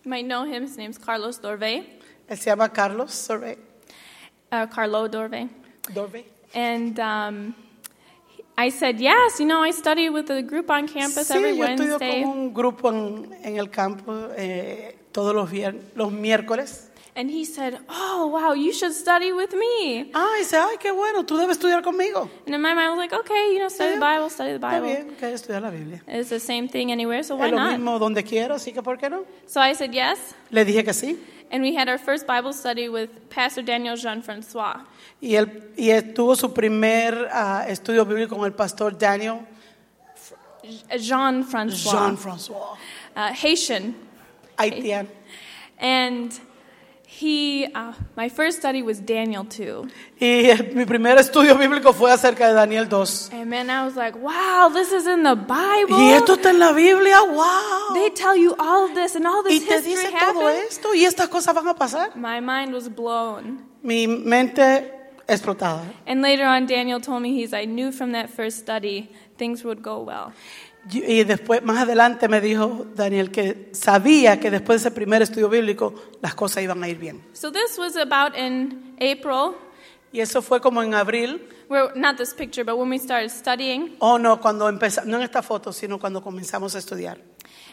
[SPEAKER 8] You might know him. His name's Carlos Dorve,
[SPEAKER 6] Él se llama Carlos Sorbe,
[SPEAKER 8] uh, Carlo Dorve.
[SPEAKER 6] Dorbe.
[SPEAKER 8] And um, I said, yes, you know, I study with a group on campus every
[SPEAKER 6] Sí, yo estudio
[SPEAKER 8] Wednesday.
[SPEAKER 6] con un grupo en, en el campo eh, todos los, vier- los miércoles.
[SPEAKER 8] And he said, oh, wow, you should study with me.
[SPEAKER 6] Ah, y dice, ay, qué bueno, tú debes estudiar conmigo.
[SPEAKER 8] And in my mind, I was like, okay, you know, study the Bible, study the
[SPEAKER 6] Está
[SPEAKER 8] Bible.
[SPEAKER 6] bien, que estudiar la Biblia.
[SPEAKER 8] It's the same thing anywhere, so why
[SPEAKER 6] Es lo
[SPEAKER 8] not?
[SPEAKER 6] mismo donde quiero, así que ¿por qué no?
[SPEAKER 8] So I said yes,
[SPEAKER 6] Le dije que sí.
[SPEAKER 8] and we had our first Bible study with Pastor Daniel Jean Francois.
[SPEAKER 6] Y él y estuvo su primer ah, estudio bíblico con el pastor Daniel
[SPEAKER 8] Jean Francois,
[SPEAKER 6] Jean-François.
[SPEAKER 8] Uh, Haitian.
[SPEAKER 6] haitiano.
[SPEAKER 8] And he, uh, my first study was Daniel 2.
[SPEAKER 6] Y eh, mi primer estudio bíblico fue acerca de Daniel 2.
[SPEAKER 8] And then I was like, wow, this is in the Bible.
[SPEAKER 6] Y esto está en la Biblia, wow.
[SPEAKER 8] They tell you all of this and all
[SPEAKER 6] Y
[SPEAKER 8] this
[SPEAKER 6] te
[SPEAKER 8] history
[SPEAKER 6] dice todo
[SPEAKER 8] happened.
[SPEAKER 6] esto y estas cosas van a pasar.
[SPEAKER 8] My mind was blown.
[SPEAKER 6] Mi mente explotada.
[SPEAKER 8] And later on, Daniel told me he's, I knew from that first study things would go well.
[SPEAKER 6] Yo- Y después, más adelante, me dijo Daniel que sabía que después de ese primer estudio bíblico las cosas iban a ir bien.
[SPEAKER 8] So this was about in April,
[SPEAKER 6] Y eso fue como en abril,
[SPEAKER 8] where not this picture, but when we started studying.
[SPEAKER 6] o no, cuando empezamos, no en esta foto, sino cuando comenzamos a estudiar.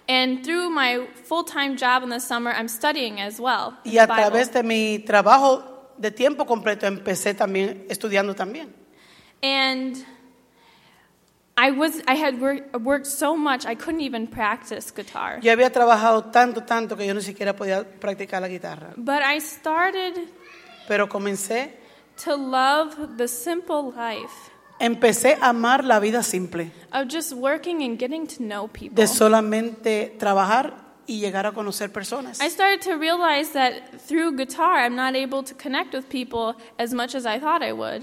[SPEAKER 8] And through my full-time job in the summer, I'm studying as well.
[SPEAKER 6] Y
[SPEAKER 8] the
[SPEAKER 6] a
[SPEAKER 8] Bible.
[SPEAKER 6] través de mi trabajo de tiempo completo empecé también estudiando también.
[SPEAKER 8] And I was I had work, worked so much I couldn't even practice guitar.
[SPEAKER 6] Yo había trabajado tanto, tanto que yo ni siquiera podía practicar la guitarra.
[SPEAKER 8] But I started
[SPEAKER 6] Pero comencé,
[SPEAKER 8] to love the simple life
[SPEAKER 6] empecé a amar la vida simple,
[SPEAKER 8] of just working and getting to know people.
[SPEAKER 6] de solamente trabajar y llegar a conocer personas.
[SPEAKER 8] I started to realize that through guitar I'm not able to connect with people as much as I thought I would.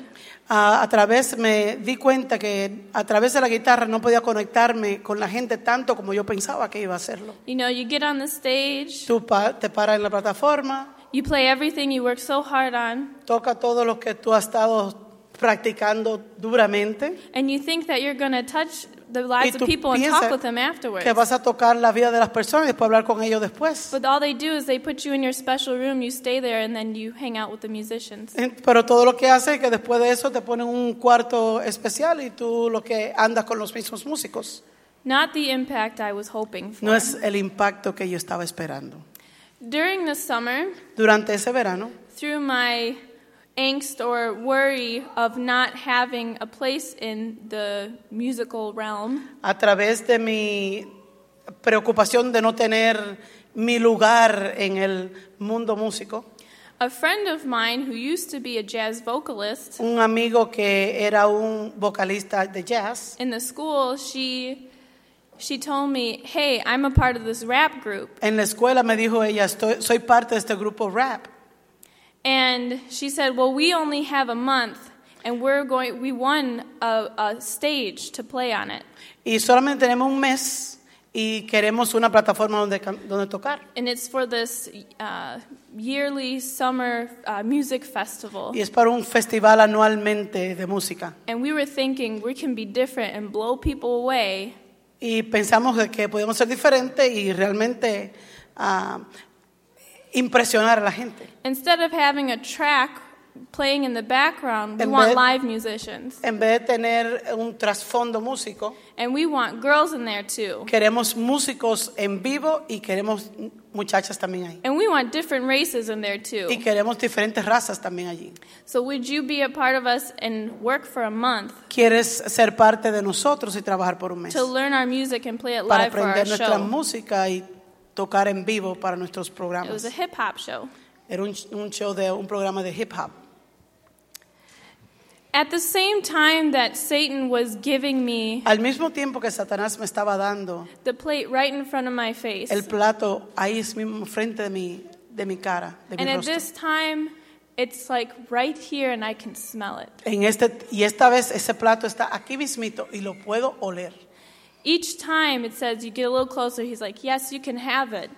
[SPEAKER 6] A, a través me di cuenta que a través de la guitarra no podía conectarme con la gente tanto como yo pensaba que iba a hacerlo.
[SPEAKER 8] You know, you get on the stage,
[SPEAKER 6] Tú pa- te paras en la plataforma,
[SPEAKER 8] you play everything you work so hard on,
[SPEAKER 6] toca todo lo que tú has estado practicando duramente
[SPEAKER 8] and you think that you're going to touch the lives
[SPEAKER 6] y
[SPEAKER 8] of
[SPEAKER 6] tú
[SPEAKER 8] people and talk with
[SPEAKER 6] piensas
[SPEAKER 8] them afterwards.
[SPEAKER 6] que vas a tocar la vida de las personas y después hablar con ellos después.
[SPEAKER 8] But all they do is they put you in your special room, you stay there, and then you hang out with the musicians.
[SPEAKER 6] Pero todo lo que hace es que después de eso te ponen un cuarto especial y tú lo que andas con los mismos músicos.
[SPEAKER 8] Not the impact I was hoping for.
[SPEAKER 6] No es el impacto que yo estaba esperando.
[SPEAKER 8] During the summer,
[SPEAKER 6] Durante ese verano,
[SPEAKER 8] through my angst or worry of not having a place in the musical realm,
[SPEAKER 6] a través de mi preocupación de no tener mi lugar en el mundo músico,
[SPEAKER 8] a friend of mine who used to be a jazz vocalist
[SPEAKER 6] un amigo que era un vocalista de jazz
[SPEAKER 8] in the school, she she told me, "Hey, I'm a part of this rap group."
[SPEAKER 6] En la escuela me dijo ella, "Estoy- soy parte de este grupo rap.
[SPEAKER 8] And she said, "Well, we only have a month, and we're going. We won a, a stage to play on it,
[SPEAKER 6] Y solamente tenemos un mes y queremos una plataforma donde, cam- donde tocar.
[SPEAKER 8] and it's for this uh, yearly summer uh, music festival."
[SPEAKER 6] Y es para un festival anualmente de música.
[SPEAKER 8] And we were thinking we can be different and blow people away,
[SPEAKER 6] Y pensamos de que podemos ser diferentes y realmente ah, impresionar a la gente.
[SPEAKER 8] instead of having a track playing in the background. We
[SPEAKER 6] And
[SPEAKER 8] want
[SPEAKER 6] then-
[SPEAKER 8] live musicians,
[SPEAKER 6] En vez de tener un trasfondo músico,
[SPEAKER 8] and we want girls in there too,
[SPEAKER 6] queremos músicos en vivo y queremos muchachas también ahí.
[SPEAKER 8] and we want different races in there
[SPEAKER 6] Y
[SPEAKER 8] too.
[SPEAKER 6] queremos diferentes razas también allí.
[SPEAKER 8] So would you be a part of us and work for a month?
[SPEAKER 6] Quieres ser parte de nosotros y trabajar por un mes.
[SPEAKER 8] to learn our music and play it
[SPEAKER 6] para
[SPEAKER 8] live for our
[SPEAKER 6] aprender nuestra
[SPEAKER 8] show.
[SPEAKER 6] música y tocar en vivo para nuestros
[SPEAKER 8] It was
[SPEAKER 6] programas.
[SPEAKER 8] a hip hop show.
[SPEAKER 6] Era un, un show de un programa de hip hop.
[SPEAKER 8] At the same time that Satan was giving me
[SPEAKER 6] Al mismo tiempo que Satanás me estaba dando
[SPEAKER 8] the plate right in front of my face,
[SPEAKER 6] el plato ahí es mismo frente de mi de mi cara, de mi
[SPEAKER 8] and at
[SPEAKER 6] rostro.
[SPEAKER 8] this time it's like right here and I can smell it.
[SPEAKER 6] En este y esta vez ese plato está aquí mismito y lo puedo oler.
[SPEAKER 8] Each time it says you get a little closer, he's like, Yes, you can have it.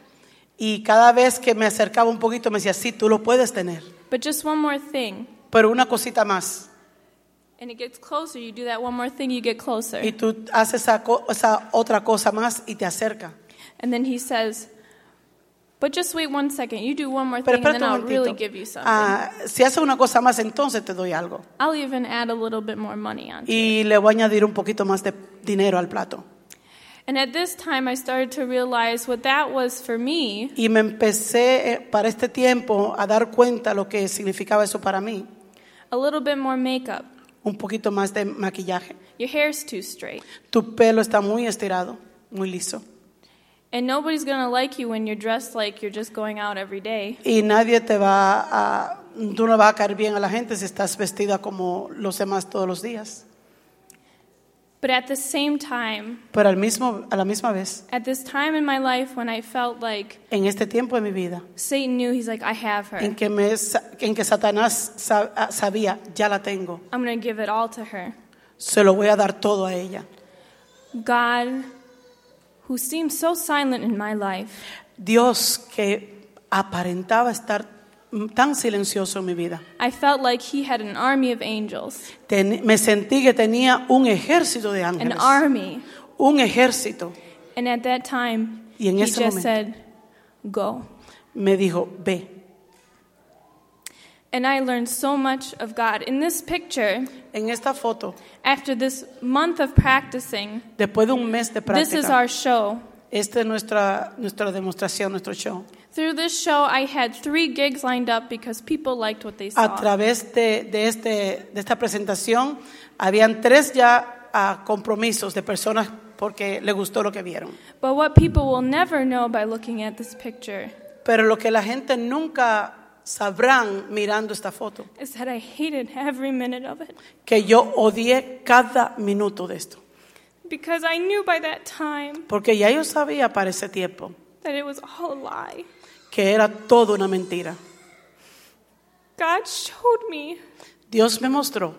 [SPEAKER 6] Y cada vez que me acercaba un poquito me decía, "Sí, tú lo puedes tener."
[SPEAKER 8] But just one more thing.
[SPEAKER 6] Pero una cosita más.
[SPEAKER 8] And it gets closer, you do that one more thing, you get closer.
[SPEAKER 6] Y tú haces esa, co- esa otra cosa más y te acerca.
[SPEAKER 8] And then he says, But just wait one second, you do one more
[SPEAKER 6] Pero
[SPEAKER 8] thing, and then
[SPEAKER 6] espérate
[SPEAKER 8] I'll
[SPEAKER 6] un
[SPEAKER 8] really
[SPEAKER 6] momentito.
[SPEAKER 8] give you something.
[SPEAKER 6] Ah, si haces una cosa más, entonces te doy algo.
[SPEAKER 8] I'll even add a little bit more money on.
[SPEAKER 6] y le voy a añadir un poquito más de dinero al plato.
[SPEAKER 8] And at this time, I started to realize what that was for me
[SPEAKER 6] Y me empecé eh, para este tiempo a dar cuenta lo que significaba eso para mí.
[SPEAKER 8] a little bit more makeup.
[SPEAKER 6] Un poquito más de maquillaje.
[SPEAKER 8] Your hair's too straight.
[SPEAKER 6] Tu pelo está muy estirado, muy liso.
[SPEAKER 8] And nobody's going to like you when you're dressed like you're just going out every day.
[SPEAKER 6] Y nadie te va a... Tú no vas a caer bien a la gente si estás vestida como los demás todos los días.
[SPEAKER 8] But at the same time,
[SPEAKER 6] Pero al mismo, a la misma vez,
[SPEAKER 8] at this time in my life when I felt like
[SPEAKER 6] en este tiempo de mi vida,
[SPEAKER 8] Satan knew, he's like, I have
[SPEAKER 6] en
[SPEAKER 8] her.
[SPEAKER 6] que, me, sa- en que Satanás sa- ah, sabía, ya la tengo,
[SPEAKER 8] I'm going to give it all to her.
[SPEAKER 6] se lo voy a dar todo a ella.
[SPEAKER 8] God, who seemed so silent in my life,
[SPEAKER 6] Dios que aparentaba estar mm, tan silencioso en mi vida.
[SPEAKER 8] I felt like he had an army of angels,
[SPEAKER 6] Ten- me sentí que tenía un ejército de
[SPEAKER 8] an
[SPEAKER 6] ángeles.
[SPEAKER 8] army.
[SPEAKER 6] un ejército.
[SPEAKER 8] And at that time,
[SPEAKER 6] Y en
[SPEAKER 8] he
[SPEAKER 6] ese
[SPEAKER 8] just
[SPEAKER 6] momento.
[SPEAKER 8] said, Go.
[SPEAKER 6] Me dijo, ve.
[SPEAKER 8] And I learned so much of God. In this picture,
[SPEAKER 6] En esta foto,
[SPEAKER 8] after this month of practicing,
[SPEAKER 6] después de un mes de
[SPEAKER 8] this
[SPEAKER 6] práctica,
[SPEAKER 8] is our show.
[SPEAKER 6] esta es nuestra, nuestra demostración, nuestro show.
[SPEAKER 8] Through this show, I had three gigs lined up because people liked what they
[SPEAKER 6] A
[SPEAKER 8] saw.
[SPEAKER 6] través de, de este, de esta presentación, habían tres ya ah, compromisos de personas porque les gustó lo que vieron.
[SPEAKER 8] But what people will never know by looking at this picture
[SPEAKER 6] Pero lo que la gente nunca sabrán mirando esta foto,
[SPEAKER 8] is that I hated every minute of it
[SPEAKER 6] que yo odié cada minuto de esto.
[SPEAKER 8] because I knew by that time
[SPEAKER 6] Porque ya yo sabía para ese tiempo
[SPEAKER 8] that it was all a lie.
[SPEAKER 6] que era todo una mentira.
[SPEAKER 8] God showed me
[SPEAKER 6] Dios me mostró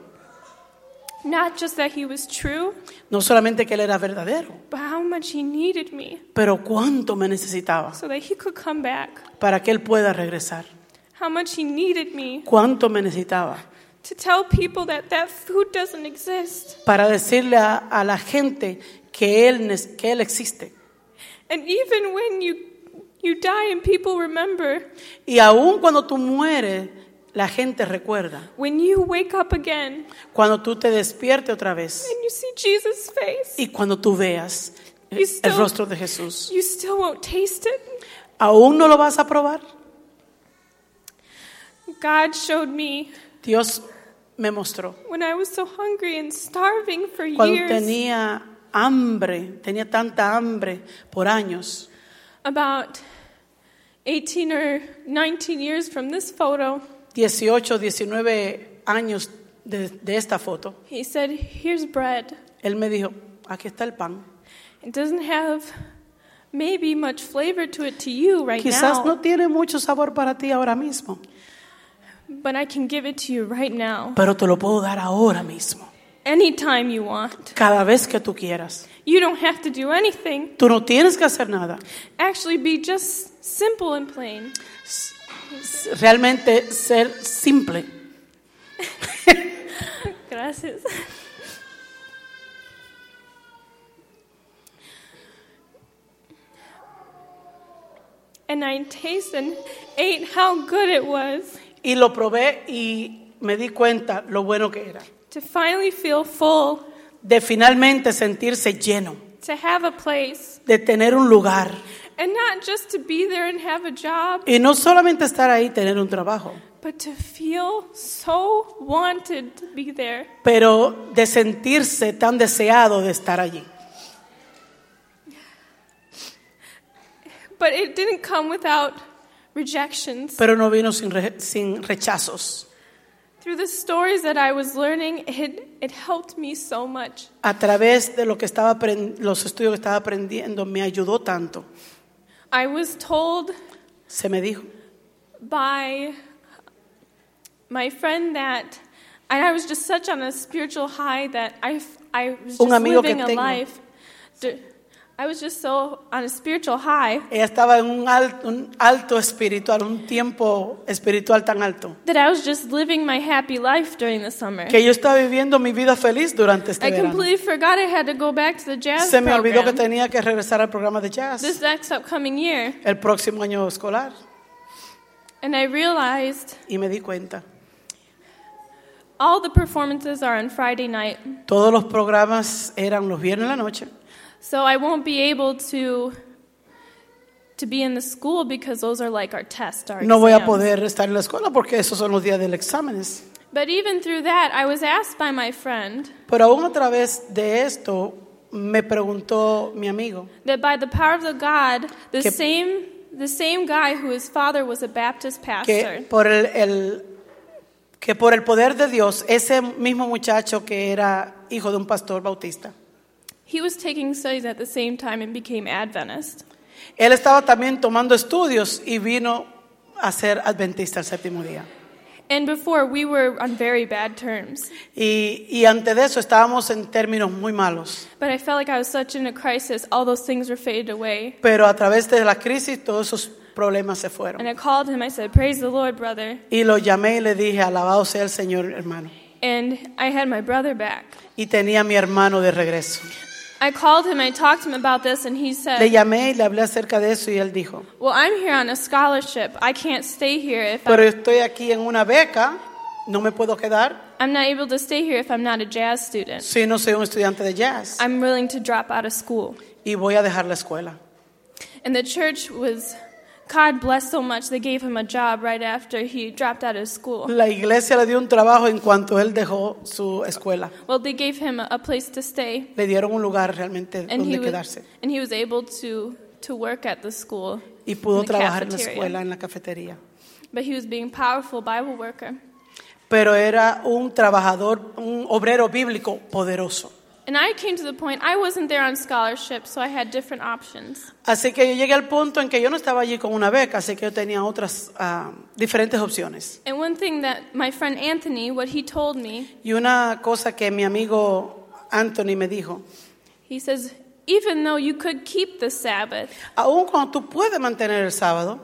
[SPEAKER 8] not just that He was true,
[SPEAKER 6] no solamente que Él era verdadero,
[SPEAKER 8] but how much He needed me
[SPEAKER 6] pero cuánto me necesitaba
[SPEAKER 8] so that He could come back,
[SPEAKER 6] para que Él pueda regresar.
[SPEAKER 8] how much He needed me
[SPEAKER 6] Cuánto me necesitaba
[SPEAKER 8] to tell people that that food doesn't exist.
[SPEAKER 6] para decirle a, a la gente que él, nes- que él existe.
[SPEAKER 8] And even when you you die and people remember,
[SPEAKER 6] Y aun cuando tú mueres, la gente recuerda.
[SPEAKER 8] when you wake up again
[SPEAKER 6] Cuando tú te despiertes otra vez
[SPEAKER 8] and you see Jesus' face,
[SPEAKER 6] y cuando tú veas
[SPEAKER 8] You
[SPEAKER 6] el
[SPEAKER 8] still-
[SPEAKER 6] el rostro de Jesús,
[SPEAKER 8] you still won't taste it.
[SPEAKER 6] ¿aún no lo vas a probar?
[SPEAKER 8] God showed me
[SPEAKER 6] Dios me mostró.
[SPEAKER 8] when I was so hungry and starving for
[SPEAKER 6] Cuando
[SPEAKER 8] years
[SPEAKER 6] tenía hambre, tenía tanta hambre por años,
[SPEAKER 8] about 18 or 19 years from this photo,
[SPEAKER 6] 18, 19 años de, de esta foto,
[SPEAKER 8] he said, Here's bread.
[SPEAKER 6] él me dijo, aquí está el pan.
[SPEAKER 8] It doesn't have maybe much flavor to it to you right
[SPEAKER 6] Quizás
[SPEAKER 8] now,
[SPEAKER 6] no tiene mucho sabor para ti ahora mismo,
[SPEAKER 8] but I can give it to you right now,
[SPEAKER 6] pero te lo puedo dar ahora mismo,
[SPEAKER 8] anytime you want.
[SPEAKER 6] cada vez que tú quieras.
[SPEAKER 8] You don't have to do anything.
[SPEAKER 6] Tú no tienes que hacer nada.
[SPEAKER 8] Actually, be just simple and plain.
[SPEAKER 6] S- Realmente ser simple.
[SPEAKER 8] Gracias. And I tasted and ate how good it was
[SPEAKER 6] Y lo probé y me di cuenta lo bueno que era.
[SPEAKER 8] to finally feel full,
[SPEAKER 6] De finalmente sentirse lleno,
[SPEAKER 8] to have a place,
[SPEAKER 6] de tener un lugar.
[SPEAKER 8] and not just to be there and have a job,
[SPEAKER 6] Y no solamente estar ahí, tener un trabajo,
[SPEAKER 8] but to feel so wanted to be there.
[SPEAKER 6] pero de sentirse tan deseado de estar allí.
[SPEAKER 8] But it didn't come without rejections.
[SPEAKER 6] Pero no vino sin, re- sin rechazos.
[SPEAKER 8] Through the stories that I was learning, it, it helped me so much.
[SPEAKER 6] A través de lo que estaba apren- los estudios que estaba aprendiendo me ayudó tanto.
[SPEAKER 8] I was told
[SPEAKER 6] Se me dijo
[SPEAKER 8] by my friend that and I was just such on a spiritual high that I, I was
[SPEAKER 6] Un
[SPEAKER 8] just
[SPEAKER 6] amigo que
[SPEAKER 8] living a
[SPEAKER 6] tengo.
[SPEAKER 8] life. d- I was just so on a spiritual high
[SPEAKER 6] Ella estaba en un alto, un alto espiritual, un tiempo espiritual tan alto,
[SPEAKER 8] that I was just living my happy life during the summer.
[SPEAKER 6] que yo estaba viviendo mi vida feliz durante este
[SPEAKER 8] I
[SPEAKER 6] verano.
[SPEAKER 8] completely forgot I had to go back to the jazz
[SPEAKER 6] Se me olvidó que
[SPEAKER 8] program
[SPEAKER 6] tenía que regresar al programa de
[SPEAKER 8] this
[SPEAKER 6] jazz
[SPEAKER 8] next upcoming year,
[SPEAKER 6] el próximo año escolar
[SPEAKER 8] and I realized
[SPEAKER 6] y me di cuenta.
[SPEAKER 8] all the performances are on Friday night,
[SPEAKER 6] Todos los programas eran los viernes en la noche,
[SPEAKER 8] so I won't be able to to be in the school because those are like our tests. Our
[SPEAKER 6] no voy a
[SPEAKER 8] exams.
[SPEAKER 6] poder estar en la escuela porque esos son los días del exámenes.
[SPEAKER 8] But even through that, I was asked by my friend
[SPEAKER 6] Pero aún a través de esto me preguntó mi amigo
[SPEAKER 8] that by the power of the God, the
[SPEAKER 6] Que-
[SPEAKER 8] same the same guy who his father was a Baptist pastor,
[SPEAKER 6] que por el, el- que por el poder de Dios ese mismo muchacho que era hijo de un pastor bautista,
[SPEAKER 8] he was taking studies at the same time and became Adventist.
[SPEAKER 6] él estaba también tomando estudios y vino a ser adventista el séptimo día.
[SPEAKER 8] And before we were on very bad terms,
[SPEAKER 6] Y, y antes de eso estábamos en términos muy malos,
[SPEAKER 8] but I felt like I was such in a crisis. All those things were faded away,
[SPEAKER 6] pero a través de la crisis todos esos problemas se fueron.
[SPEAKER 8] And I called him. I said, Praise the Lord, brother.
[SPEAKER 6] Y lo llamé y le dije, alabado sea el Señor, hermano.
[SPEAKER 8] And I had my brother back.
[SPEAKER 6] Y tenía a mi hermano de regreso.
[SPEAKER 8] I called him. I talked to him about this, and he
[SPEAKER 6] Le
[SPEAKER 8] said,
[SPEAKER 6] llamé y le hablé acerca de eso y él dijo,
[SPEAKER 8] Well, I'm here on a scholarship. I can't stay here if
[SPEAKER 6] pero estoy aquí en una beca, no me puedo quedar
[SPEAKER 8] I'm not able to stay here if I'm not a jazz student.
[SPEAKER 6] si no soy un estudiante de jazz
[SPEAKER 8] I'm willing to drop out of school.
[SPEAKER 6] y voy a dejar la escuela.
[SPEAKER 8] And the church was, God blessed so much, they gave him a job right after he dropped out of school.
[SPEAKER 6] La iglesia le dio un trabajo en cuanto él dejó su escuela.
[SPEAKER 8] Well, they gave him a, a place to stay,
[SPEAKER 6] Le dieron un lugar realmente
[SPEAKER 8] and he
[SPEAKER 6] donde
[SPEAKER 8] was,
[SPEAKER 6] quedarse
[SPEAKER 8] and he was able to, to work at the school.
[SPEAKER 6] y pudo
[SPEAKER 8] in the
[SPEAKER 6] trabajar en la
[SPEAKER 8] cafeteria.
[SPEAKER 6] escuela, en la cafetería.
[SPEAKER 8] But he was being powerful Bible worker.
[SPEAKER 6] Pero era un trabajador, un obrero bíblico poderoso.
[SPEAKER 8] And I came to the point, I wasn't there on scholarship, so I had different options.
[SPEAKER 6] Así que yo llegué al punto en que yo no estaba allí con una beca, así que yo tenía otras ah, diferentes opciones.
[SPEAKER 8] And one thing that my friend Anthony, what he told me,
[SPEAKER 6] Y una cosa que mi amigo Anthony me dijo,
[SPEAKER 8] he says, even though you could keep the Sabbath,
[SPEAKER 6] aun cuando tú puedes mantener el sábado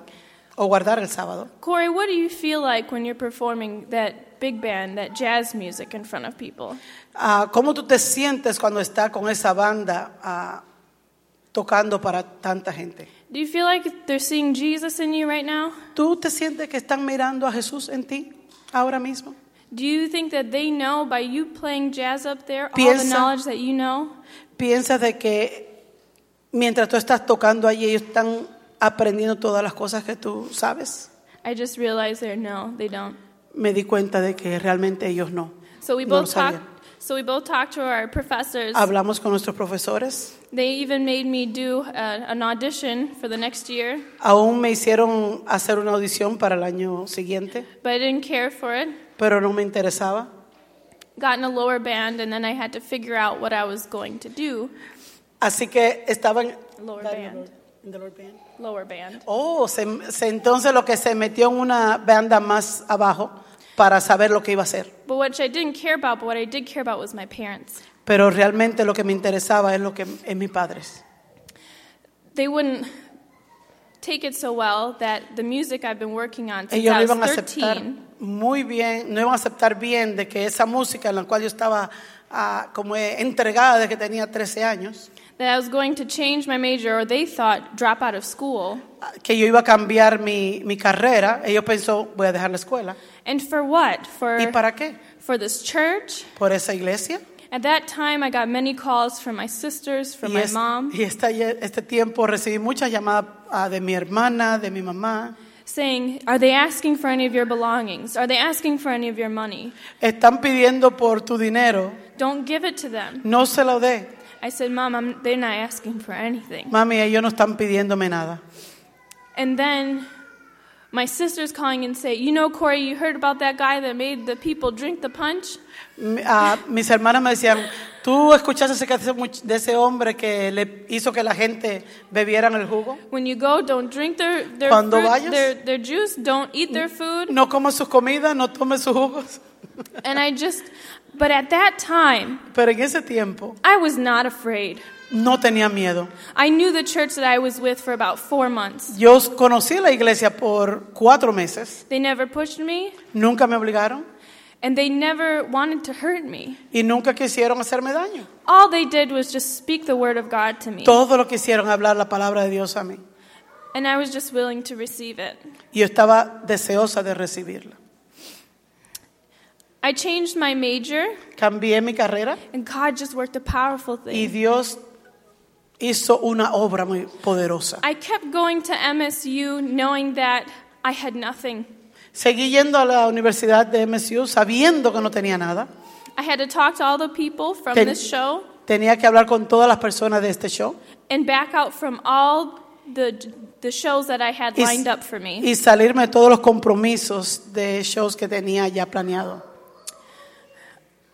[SPEAKER 6] o guardar el sábado,
[SPEAKER 8] Corey, what do you feel like when you're performing that big band, that jazz music in front of people?
[SPEAKER 6] ah, ¿cómo tú te sientes cuando estás con esa banda ah, tocando para tanta gente?
[SPEAKER 8] Do you feel like they're seeing Jesus in you right now?
[SPEAKER 6] ¿Tú te sientes que están mirando a Jesús en ti ahora mismo?
[SPEAKER 8] Do you think that they know by you playing jazz up there all
[SPEAKER 6] Piensa-
[SPEAKER 8] the knowledge that you know?
[SPEAKER 6] ¿Piensas de que mientras tú estás tocando allí ellos están aprendiendo todas las cosas que tú sabes?
[SPEAKER 8] I just realized there, no, they don't.
[SPEAKER 6] Me di cuenta de que realmente ellos no.
[SPEAKER 8] So we
[SPEAKER 6] No lo
[SPEAKER 8] both
[SPEAKER 6] sabían.
[SPEAKER 8] talked. So we both talked to our professors.
[SPEAKER 6] Hablamos con nuestros profesores.
[SPEAKER 8] They even made me do uh, an audition for the next year,
[SPEAKER 6] Aún me hicieron hacer una audición para el año siguiente,
[SPEAKER 8] but I didn't care for it.
[SPEAKER 6] pero no me interesaba.
[SPEAKER 8] Got in a lower band, and then I had to figure out what I was going to do.
[SPEAKER 6] Así que estaba en...
[SPEAKER 8] Lower band.
[SPEAKER 6] In the lower band.
[SPEAKER 8] Lower band.
[SPEAKER 6] Oh, se- se- entonces lo que se metió en una banda más abajo para saber lo que iba a hacer.
[SPEAKER 8] But which I didn't care about, but what I did care about was my parents.
[SPEAKER 6] Pero realmente lo que me interesaba es lo que es mis padres.
[SPEAKER 8] They wouldn't take it so well that the music I've been working on since
[SPEAKER 6] Ellos no
[SPEAKER 8] I was
[SPEAKER 6] iban a aceptar
[SPEAKER 8] 13,
[SPEAKER 6] muy bien, no iban a aceptar bien de que esa música en la cual yo estaba ah, como eh, entregada desde que tenía 13 años,
[SPEAKER 8] that I was going to change my major, or they thought drop out of school.
[SPEAKER 6] ah, que yo iba a cambiar mi, mi carrera, ellos pensó voy a dejar la escuela.
[SPEAKER 8] And for what? For,
[SPEAKER 6] ¿Y para qué?
[SPEAKER 8] for this church?
[SPEAKER 6] Por esa iglesia.
[SPEAKER 8] At that time, I got many calls from my sisters, from
[SPEAKER 6] y
[SPEAKER 8] my
[SPEAKER 6] es-
[SPEAKER 8] mom,
[SPEAKER 6] y esta- este tiempo recibí muchas llamadas ah, de mi hermana, de mi mamá.
[SPEAKER 8] saying, Are they asking for any of your belongings? Are they asking for any of your money?
[SPEAKER 6] Están pidiendo por tu dinero,
[SPEAKER 8] Don't give it to them.
[SPEAKER 6] no se lo dé.
[SPEAKER 8] I said, Mom, I'm, they're not asking for anything.
[SPEAKER 6] Mami, ellos no están pidiéndome nada.
[SPEAKER 8] And then my sister's calling and say, "You know, Corey, you heard about that guy that made the people drink the punch?"
[SPEAKER 6] Mi- ah, mis hermanas me decían, ¿tú escuchaste acerca de ese much- de ese hombre que le hizo que la gente bebieran el jugo?
[SPEAKER 8] When you go, don't drink their their,
[SPEAKER 6] Cuando
[SPEAKER 8] fruit-
[SPEAKER 6] vayas.
[SPEAKER 8] their their juice, don't eat their food.
[SPEAKER 6] No comas sus comidas, no tomes sus jugos.
[SPEAKER 8] And I just but at that time,
[SPEAKER 6] Pero en ese tiempo
[SPEAKER 8] I was not afraid.
[SPEAKER 6] no tenía miedo.
[SPEAKER 8] I knew the church that I was with for about 4 months.
[SPEAKER 6] Yo conocí la iglesia por cuatro meses,
[SPEAKER 8] They never pushed me
[SPEAKER 6] nunca me obligaron
[SPEAKER 8] and they never wanted to hurt me.
[SPEAKER 6] y nunca quisieron hacerme daño.
[SPEAKER 8] All they did was just speak the word of God to me.
[SPEAKER 6] Todo lo que hicieron hablar la palabra de Dios a mí.
[SPEAKER 8] And I was just willing to receive it.
[SPEAKER 6] Y yo estaba deseosa de recibirla.
[SPEAKER 8] I changed my major
[SPEAKER 6] Cambié mi carrera
[SPEAKER 8] And God just worked a powerful
[SPEAKER 6] y
[SPEAKER 8] thing.
[SPEAKER 6] Dios hizo una obra muy poderosa.
[SPEAKER 8] I kept going to MSU knowing that I had nothing.
[SPEAKER 6] Seguí yendo a la universidad de MSU sabiendo que no tenía nada.
[SPEAKER 8] I had to talk to all the people from
[SPEAKER 6] Ten-
[SPEAKER 8] this show
[SPEAKER 6] Tenía que hablar con todas las personas de este show
[SPEAKER 8] and back out from all the, the shows that I had
[SPEAKER 6] y,
[SPEAKER 8] lined up for me.
[SPEAKER 6] y salirme de todos los compromisos de shows que tenía ya planeado.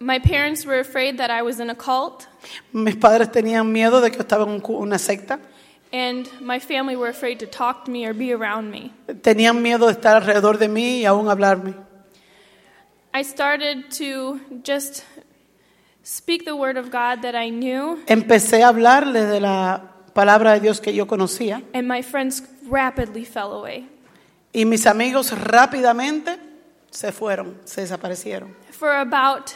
[SPEAKER 8] My parents were afraid that I was in a cult,
[SPEAKER 6] Mis padres tenían miedo de que estaba en un cu- una secta.
[SPEAKER 8] and my family were afraid to talk to me or be around me.
[SPEAKER 6] Tenían miedo de estar alrededor de mí y aún hablarme.
[SPEAKER 8] I started to just speak the word of God that I knew
[SPEAKER 6] Empecé a hablarles de la palabra de Dios que yo conocía.
[SPEAKER 8] and my friends rapidly fell away.
[SPEAKER 6] Y mis amigos rápidamente se fueron, se desaparecieron.
[SPEAKER 8] For about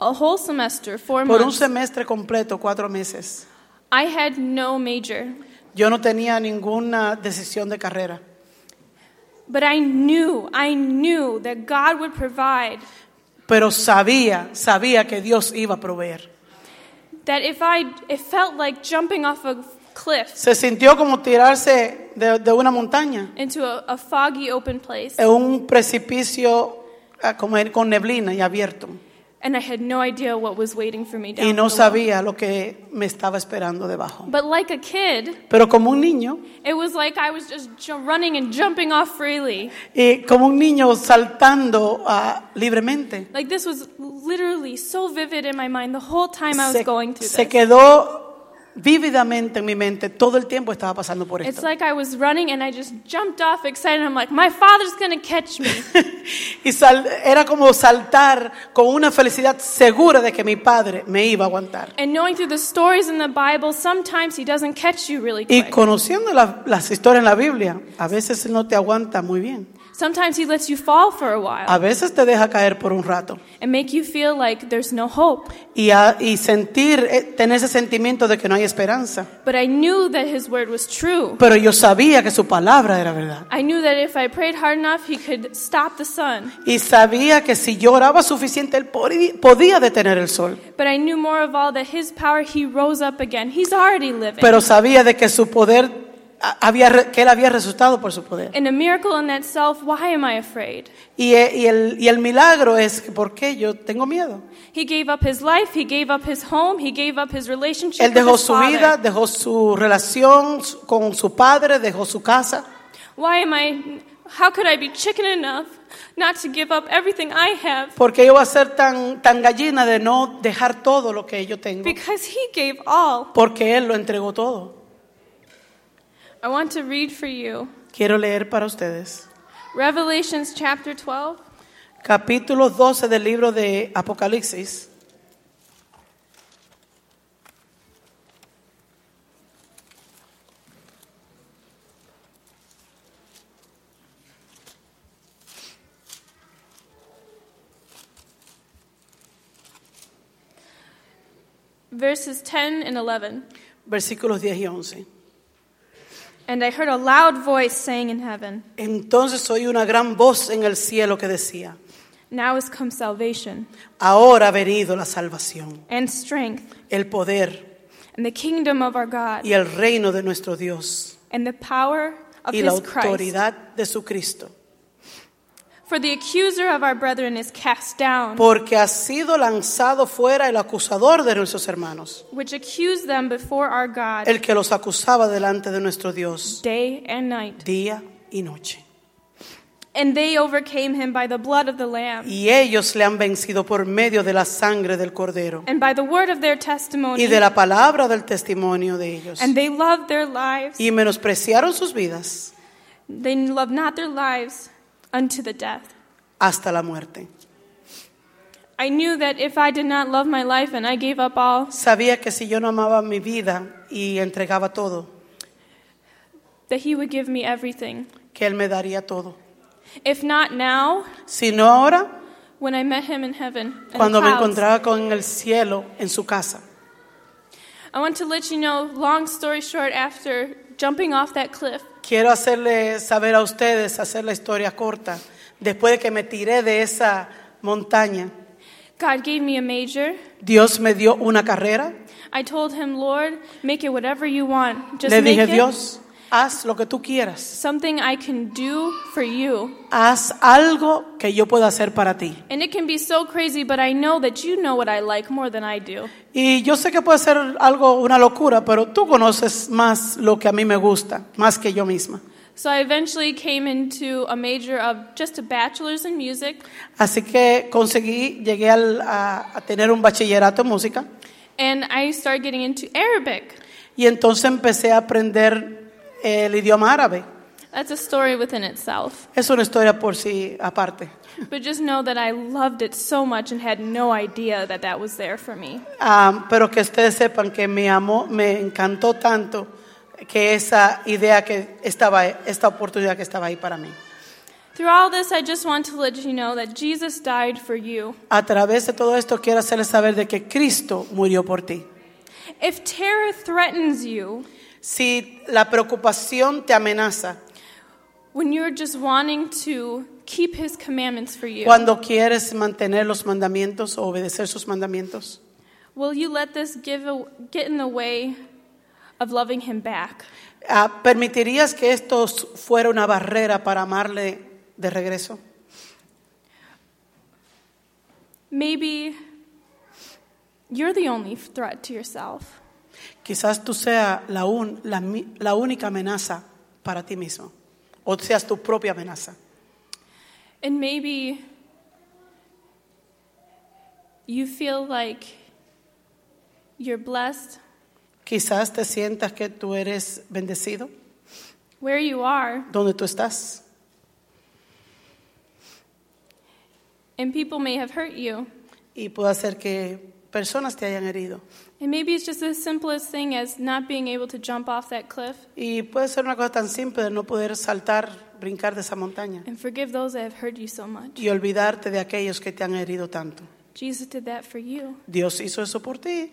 [SPEAKER 8] a whole semester, four
[SPEAKER 6] Por un
[SPEAKER 8] months,
[SPEAKER 6] semestre completo, cuatro meses,
[SPEAKER 8] I had no major,
[SPEAKER 6] yo no tenía ninguna decisión de carrera.
[SPEAKER 8] but I knew, I knew that God would provide,
[SPEAKER 6] Pero sabía, sabía que Dios iba a proveer.
[SPEAKER 8] that if I, it felt like jumping off a cliff
[SPEAKER 6] Se sintió como tirarse de, de una montaña,
[SPEAKER 8] into a, a foggy open place,
[SPEAKER 6] en un precipicio ah, como en- con neblina y abierto.
[SPEAKER 8] and I had no idea what was waiting for me down
[SPEAKER 6] Y no
[SPEAKER 8] below.
[SPEAKER 6] sabía lo que me estaba esperando debajo.
[SPEAKER 8] But like a kid,
[SPEAKER 6] Pero como un niño,
[SPEAKER 8] it was like I was just ju- running and jumping off freely.
[SPEAKER 6] y como un niño saltando ah, libremente,
[SPEAKER 8] Like this was literally so vivid in my mind the whole time I was
[SPEAKER 6] se,
[SPEAKER 8] going through
[SPEAKER 6] se
[SPEAKER 8] this.
[SPEAKER 6] quedó vívidamente en mi mente. Todo el tiempo estaba pasando por
[SPEAKER 8] It's
[SPEAKER 6] esto.
[SPEAKER 8] like I was running and I just jumped off excited. I'm like, my father's gonna catch me.
[SPEAKER 6] y sal- era como saltar con una felicidad segura de que mi padre me iba a aguantar.
[SPEAKER 8] and knowing through the stories in the Bible, sometimes he doesn't catch you really
[SPEAKER 6] Y
[SPEAKER 8] quick.
[SPEAKER 6] conociendo la- las historias en la Biblia, a veces no te aguanta muy bien.
[SPEAKER 8] Sometimes he lets you fall for a while
[SPEAKER 6] A veces te deja caer por un rato.
[SPEAKER 8] and make you feel like there's no hope.
[SPEAKER 6] Y, a- y sentir, eh, tener ese sentimiento de que no hay esperanza.
[SPEAKER 8] But I knew that his word was true.
[SPEAKER 6] Pero yo sabía que su palabra era verdad.
[SPEAKER 8] I knew that if I prayed hard enough, he could stop the sun.
[SPEAKER 6] Y sabía que si yo oraba suficiente, él podi- podía detener el sol.
[SPEAKER 8] But I knew more of all that his power, he rose up again. He's already living.
[SPEAKER 6] Pero sabía de que su poder, a- había, re- que él había resucitado por su poder.
[SPEAKER 8] and a miracle in itself, why am I afraid?
[SPEAKER 6] Y, eh, y el, y el milagro es, que, ¿por qué yo tengo miedo?
[SPEAKER 8] He gave up his life, he gave up his home, he gave up his relationship
[SPEAKER 6] Él
[SPEAKER 8] with
[SPEAKER 6] dejó
[SPEAKER 8] his
[SPEAKER 6] su
[SPEAKER 8] father.
[SPEAKER 6] vida, dejó su relación su- con su padre, dejó su casa.
[SPEAKER 8] Why am I how could I be chicken enough not to give up everything I have
[SPEAKER 6] Porque yo voy a ser tan, tan gallina de no dejar todo lo que yo tengo.
[SPEAKER 8] because he gave all.
[SPEAKER 6] Porque Él lo entregó todo.
[SPEAKER 8] I want to read for you
[SPEAKER 6] Quiero leer para ustedes.
[SPEAKER 8] Revelations chapter 12
[SPEAKER 6] Capítulo 12 del libro de Apocalipsis.
[SPEAKER 8] verses 10 and 11.
[SPEAKER 6] Versículos 10 y 11.
[SPEAKER 8] And I heard a loud voice saying in heaven,
[SPEAKER 6] Entonces oí una gran voz en el cielo que decía,
[SPEAKER 8] now is come salvation
[SPEAKER 6] ahora ha venido la salvación,
[SPEAKER 8] and strength
[SPEAKER 6] el poder
[SPEAKER 8] and the kingdom of our God
[SPEAKER 6] y el reino de nuestro Dios
[SPEAKER 8] and the power of
[SPEAKER 6] y la
[SPEAKER 8] his Christ.
[SPEAKER 6] autoridad de su Cristo.
[SPEAKER 8] For the accuser of our brethren is cast down,
[SPEAKER 6] Porque ha sido lanzado fuera el acusador de nuestros hermanos,
[SPEAKER 8] which accused them before our God
[SPEAKER 6] el que los acusaba delante de nuestro Dios
[SPEAKER 8] day and night.
[SPEAKER 6] día y noche.
[SPEAKER 8] And they overcame him by the blood of the Lamb
[SPEAKER 6] Y ellos le han vencido por medio de la sangre del cordero
[SPEAKER 8] and by the word of their
[SPEAKER 6] y
[SPEAKER 8] testimony.
[SPEAKER 6] de la palabra del testimonio de ellos.
[SPEAKER 8] And they loved their lives.
[SPEAKER 6] Y menospreciaron sus vidas
[SPEAKER 8] They loved not their lives unto the death.
[SPEAKER 6] hasta la muerte.
[SPEAKER 8] I knew that if I did not love my life and I gave up all,
[SPEAKER 6] Sabía que si yo no amaba mi vida y entregaba todo,
[SPEAKER 8] that he would give me everything.
[SPEAKER 6] que Él me daría todo.
[SPEAKER 8] If not now,
[SPEAKER 6] Si no ahora,
[SPEAKER 8] when I met him in heaven, in the
[SPEAKER 6] cuando me
[SPEAKER 8] clouds.
[SPEAKER 6] encontraba con el cielo en su casa.
[SPEAKER 8] I want to let you know, long story short, after jumping off that cliff,
[SPEAKER 6] Quiero hacerle saber a ustedes, hacer la historia corta, después de que me tiré de esa montaña,
[SPEAKER 8] God gave me a major.
[SPEAKER 6] Dios me dio una carrera.
[SPEAKER 8] I told him, Lord, make it whatever you want. Just
[SPEAKER 6] Le
[SPEAKER 8] make
[SPEAKER 6] dije,
[SPEAKER 8] it
[SPEAKER 6] Dios, haz lo que tú quieras.
[SPEAKER 8] something I can do for you.
[SPEAKER 6] Haz algo que yo pueda hacer para ti.
[SPEAKER 8] And it can be so crazy, but I know that you know what I like more than I do.
[SPEAKER 6] Y yo sé que puede ser algo, una locura, pero tú conoces más lo que a mí me gusta, más que yo misma.
[SPEAKER 8] So I eventually came into a major of just a bachelor's in music,
[SPEAKER 6] Así que conseguí, llegué al- a, a tener un bachillerato en música
[SPEAKER 8] and I started getting into Arabic.
[SPEAKER 6] y entonces empecé a aprender el idioma árabe.
[SPEAKER 8] That's a story within itself.
[SPEAKER 6] Es una historia por sí aparte.
[SPEAKER 8] But just know that I loved it so much and had no idea that that was there for me.
[SPEAKER 6] Ah, pero que ustedes sepan que me amó, me encantó tanto que esa idea que estaba, esta oportunidad que estaba ahí para mí.
[SPEAKER 8] Through all this, I just want to let you know that Jesus died for you.
[SPEAKER 6] A través de todo esto quiero hacerles saber de que Cristo murió por ti.
[SPEAKER 8] If terror threatens you,
[SPEAKER 6] Si la preocupación te amenaza,
[SPEAKER 8] when you're just wanting to keep his commandments for you,
[SPEAKER 6] cuando quieres mantener los mandamientos o obedecer sus mandamientos,
[SPEAKER 8] will you let this give a, get in the way of loving him back?
[SPEAKER 6] ah, ¿permitirías que esto fuera una barrera para amarle de regreso?
[SPEAKER 8] Maybe you're the only threat to yourself.
[SPEAKER 6] Quizás tú seas la, un- la mi- la única amenaza para ti mismo, o seas tu propia amenaza.
[SPEAKER 8] And maybe you feel like you're blessed
[SPEAKER 6] Quizás te sientas que tú eres bendecido
[SPEAKER 8] where you are,
[SPEAKER 6] donde tú estás
[SPEAKER 8] and people may have hurt you.
[SPEAKER 6] y puede ser que personas te hayan herido.
[SPEAKER 8] And maybe it's just the simplest thing as not being able to jump off that cliff
[SPEAKER 6] Y puede ser una cosa tan simple de no poder saltar, brincar de esa montaña
[SPEAKER 8] and forgive those that have hurt you so much.
[SPEAKER 6] y olvidarte de aquellos que te han herido tanto.
[SPEAKER 8] Jesus did that for you.
[SPEAKER 6] Dios hizo eso por ti.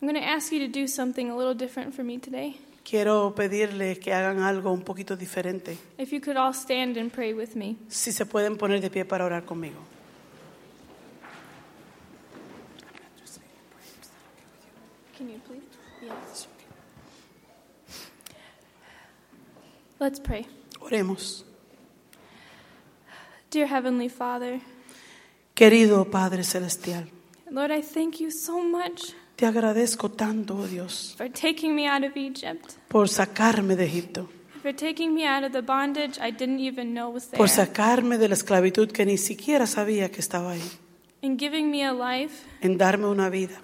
[SPEAKER 8] I'm going to ask you to do something a little different for me today.
[SPEAKER 6] Quiero pedirles que hagan algo un poquito diferente.
[SPEAKER 8] If you could all stand and pray with me.
[SPEAKER 6] Si se pueden poner de pie para orar conmigo.
[SPEAKER 8] Can you please? Yes. Let's pray.
[SPEAKER 6] Oremos.
[SPEAKER 8] Dear Heavenly Father,
[SPEAKER 6] Querido Padre Celestial,
[SPEAKER 8] Lord, I thank you so much
[SPEAKER 6] te agradezco tanto, oh Dios,
[SPEAKER 8] for taking me out of Egypt,
[SPEAKER 6] por sacarme de Egipto,
[SPEAKER 8] for taking me out of the bondage I didn't even know was
[SPEAKER 6] por
[SPEAKER 8] there,
[SPEAKER 6] sacarme de la esclavitud que ni siquiera sabía que estaba ahí,
[SPEAKER 8] and giving me a life
[SPEAKER 6] en darme una vida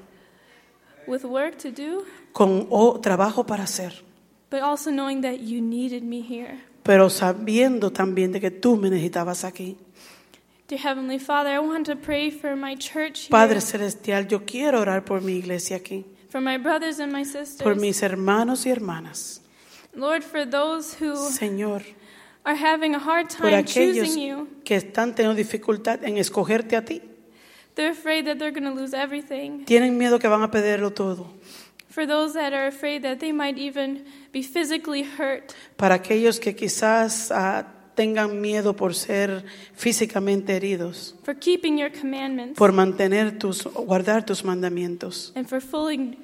[SPEAKER 8] with work to do,
[SPEAKER 6] con oh, trabajo para hacer,
[SPEAKER 8] but also knowing that you needed me here.
[SPEAKER 6] pero sabiendo también de que tú me necesitabas aquí.
[SPEAKER 8] Dear Heavenly Father, I want to pray for my church here,
[SPEAKER 6] Padre Celestial, yo quiero orar por mi iglesia aquí,
[SPEAKER 8] for my brothers and my sisters,
[SPEAKER 6] por mis hermanos y hermanas.
[SPEAKER 8] Lord, for those who
[SPEAKER 6] Señor,
[SPEAKER 8] are having a hard
[SPEAKER 6] por
[SPEAKER 8] time
[SPEAKER 6] aquellos
[SPEAKER 8] choosing you.
[SPEAKER 6] que están teniendo dificultad en escogerte a ti,
[SPEAKER 8] They're afraid that they're going to lose everything.
[SPEAKER 6] tienen miedo que van a perderlo todo.
[SPEAKER 8] For those that are afraid that they might even be physically hurt.
[SPEAKER 6] para aquellos que quizás ah, tengan miedo por ser físicamente heridos,
[SPEAKER 8] for keeping your commandments
[SPEAKER 6] por mantener tus, guardar tus mandamientos
[SPEAKER 8] and for fully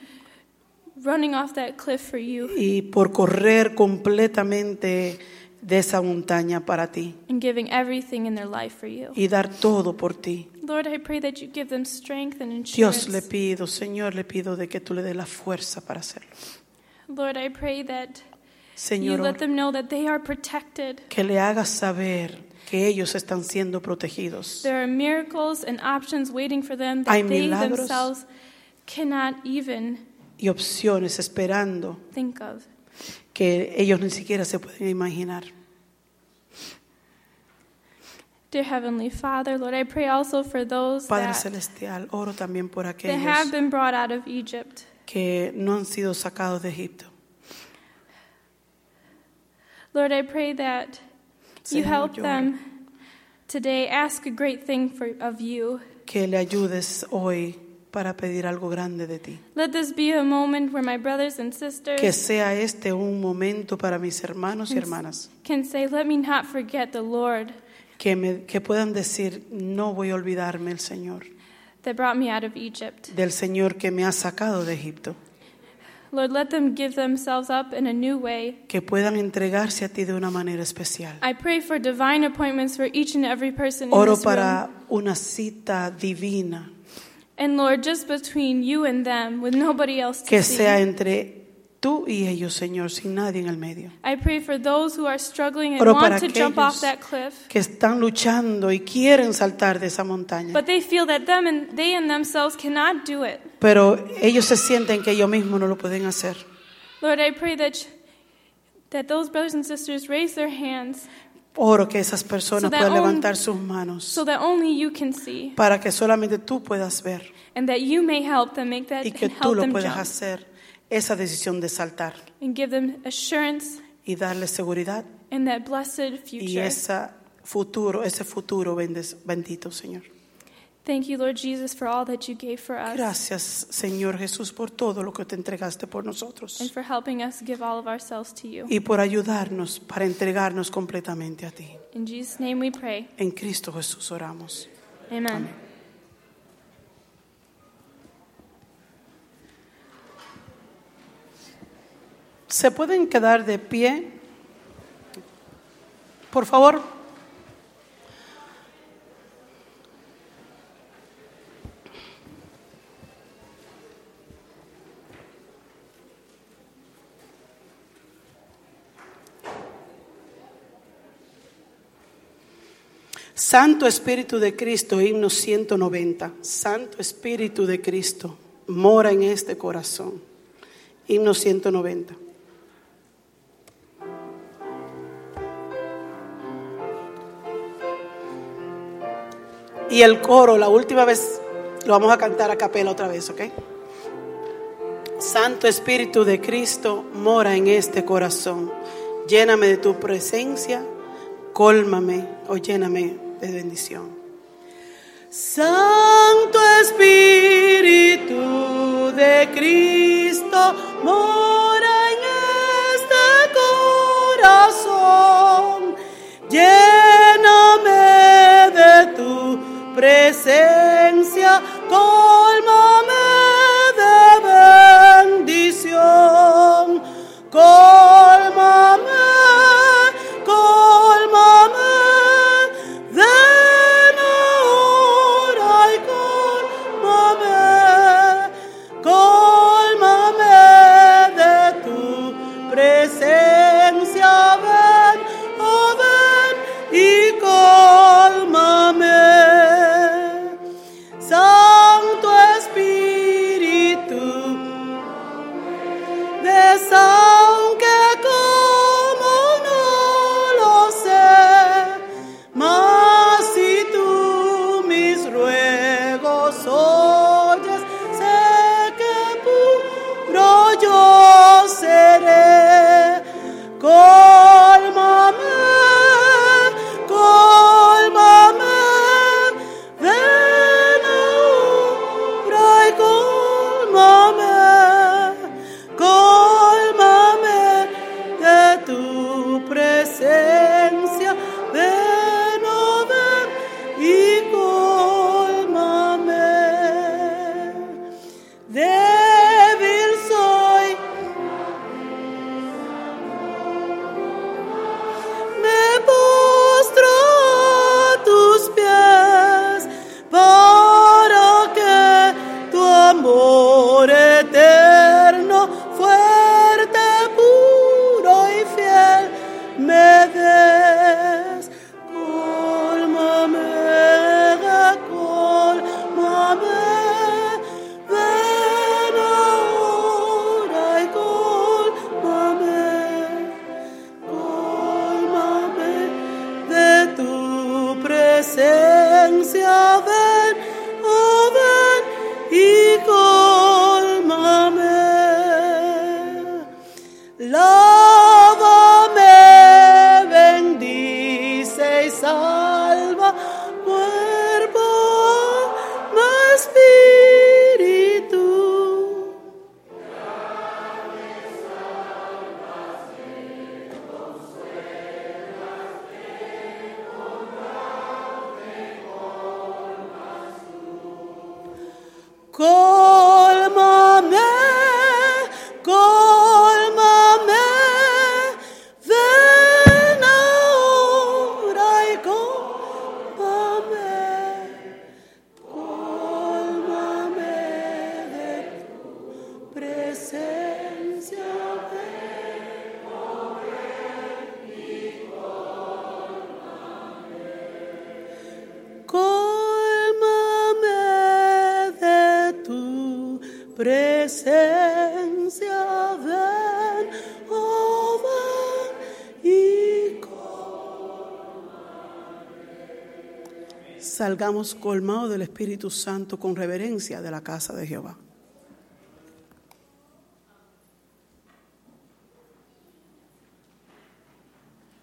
[SPEAKER 8] running off that cliff for you
[SPEAKER 6] y por correr completamente de esa montaña para ti
[SPEAKER 8] and giving everything in their life for you.
[SPEAKER 6] y dar todo por ti.
[SPEAKER 8] Lord, I pray that you give them strength and
[SPEAKER 6] Dios le
[SPEAKER 8] insurance.
[SPEAKER 6] pido, Señor, le pido de que tú le des la fuerza para hacerlo.
[SPEAKER 8] Lord, I pray that you
[SPEAKER 6] Señor,
[SPEAKER 8] let them know that they are protected.
[SPEAKER 6] que le hagas saber que ellos están siendo protegidos.
[SPEAKER 8] There are miracles and options waiting for them
[SPEAKER 6] Hay
[SPEAKER 8] that they
[SPEAKER 6] milagros.
[SPEAKER 8] themselves cannot even
[SPEAKER 6] y opciones esperando
[SPEAKER 8] think of.
[SPEAKER 6] que ellos ni siquiera se pueden imaginar.
[SPEAKER 8] Dear Heavenly Father, Lord, I pray also for those
[SPEAKER 6] Padre
[SPEAKER 8] that,
[SPEAKER 6] Celestial, oro también por
[SPEAKER 8] that have
[SPEAKER 6] aquellos
[SPEAKER 8] been brought out of Egypt.
[SPEAKER 6] que no han sido sacados de Egipto.
[SPEAKER 8] Lord, I pray that you
[SPEAKER 6] Señor,
[SPEAKER 8] help
[SPEAKER 6] yo
[SPEAKER 8] them today. Ask a great thing for, of you.
[SPEAKER 6] Que le ayudes hoy para pedir algo grande de ti.
[SPEAKER 8] Let this be a moment where my brothers and
[SPEAKER 6] Que
[SPEAKER 8] sisters
[SPEAKER 6] sea este un momento para mis hermanos y
[SPEAKER 8] Yes.
[SPEAKER 6] hermanas.
[SPEAKER 8] can say, Let me not forget the Lord
[SPEAKER 6] Que, me- que puedan decir, no voy a olvidarme el Señor,
[SPEAKER 8] that brought me out of Egypt.
[SPEAKER 6] del Señor que me ha sacado de Egipto.
[SPEAKER 8] Lord, let them give themselves up in a new way.
[SPEAKER 6] Que puedan entregarse a ti de una manera especial.
[SPEAKER 8] I pray for divine appointments for each and every person in
[SPEAKER 6] Oro
[SPEAKER 8] this room.
[SPEAKER 6] para una cita divina
[SPEAKER 8] And Lord, just between you and them, with nobody else to
[SPEAKER 6] que
[SPEAKER 8] see.
[SPEAKER 6] sea entre tú y ellos, Señor, sin nadie en el medio.
[SPEAKER 8] I pray for those who are struggling and
[SPEAKER 6] Oro para
[SPEAKER 8] want to jump off
[SPEAKER 6] aquellos
[SPEAKER 8] that cliff.
[SPEAKER 6] que están luchando y quieren saltar de esa montaña,
[SPEAKER 8] But they feel that them and they and themselves cannot do it.
[SPEAKER 6] pero ellos se sienten que ellos mismos no lo pueden hacer.
[SPEAKER 8] Lord, I pray that, sh- that those brothers and sisters raise their hands
[SPEAKER 1] Oro que esas personas
[SPEAKER 8] So that
[SPEAKER 1] puedan
[SPEAKER 8] only-
[SPEAKER 1] levantar sus manos
[SPEAKER 8] so that only you can see
[SPEAKER 1] para que solamente tú puedas ver
[SPEAKER 8] and that you may help them make that
[SPEAKER 1] y que tú
[SPEAKER 8] help
[SPEAKER 1] lo
[SPEAKER 8] them
[SPEAKER 1] puedas
[SPEAKER 8] jump
[SPEAKER 1] hacer esa decisión de saltar
[SPEAKER 8] and give them assurance
[SPEAKER 1] y darle seguridad
[SPEAKER 8] in that blessed
[SPEAKER 1] y
[SPEAKER 8] future.
[SPEAKER 1] ese futuro, ese futuro bendes- bendito, Señor.
[SPEAKER 8] Thank you, Lord Jesus, for all that you gave for us
[SPEAKER 1] Gracias, Señor Jesús, por todo lo que te entregaste por
[SPEAKER 8] and
[SPEAKER 1] nosotros
[SPEAKER 8] for helping us give all of ourselves to you.
[SPEAKER 1] y por ayudarnos para entregarnos completamente a ti.
[SPEAKER 8] In Jesus' name we pray.
[SPEAKER 1] En Cristo Jesús oramos.
[SPEAKER 8] Amen.
[SPEAKER 1] ¿Se pueden quedar de pie? Por favor. Santo Espíritu de Cristo, himno 190. Santo Espíritu de Cristo, mora en este corazón. Himno 190. Y el coro, la última vez, lo vamos a cantar a capela otra vez, ¿ok? Santo Espíritu de Cristo, mora en este corazón. Lléname de tu presencia, cólmame o lléname de bendición. Santo Espíritu de Cristo, mora en este corazón. Lléname de tu presencia, cólmame de bendición. Cólmame, cólmame de ahora y cólmame, cólmame de tu presencia, ven, oh ven y cólmame. Santo Espíritu, desaunque como no lo sé, mas si tú mis ruegos oyes, sé que puro yo seré. Cólmame, cólmame, ven ahora y cólmame, cólmame de tu presencia, ven, e oh, ven y cólmame. Débil soy, me postro a tus pies para que tu amor eterno, fuerte, puro y fiel, me des. Cólmame, cólmame, ven ahora y cólmame. Cólmame de tu presencia, ven, oh ven y cólmame. Lávame, bendice y salva cuerpo, alma, espíritu. Cólmame, cólmame, ven ahora y cólmame, cólmame de tu presencia. ven. Cólmame de tu presencia, ven. oh,
[SPEAKER 6] salgamos colmados del Espíritu Santo con reverencia de la casa de Jehová.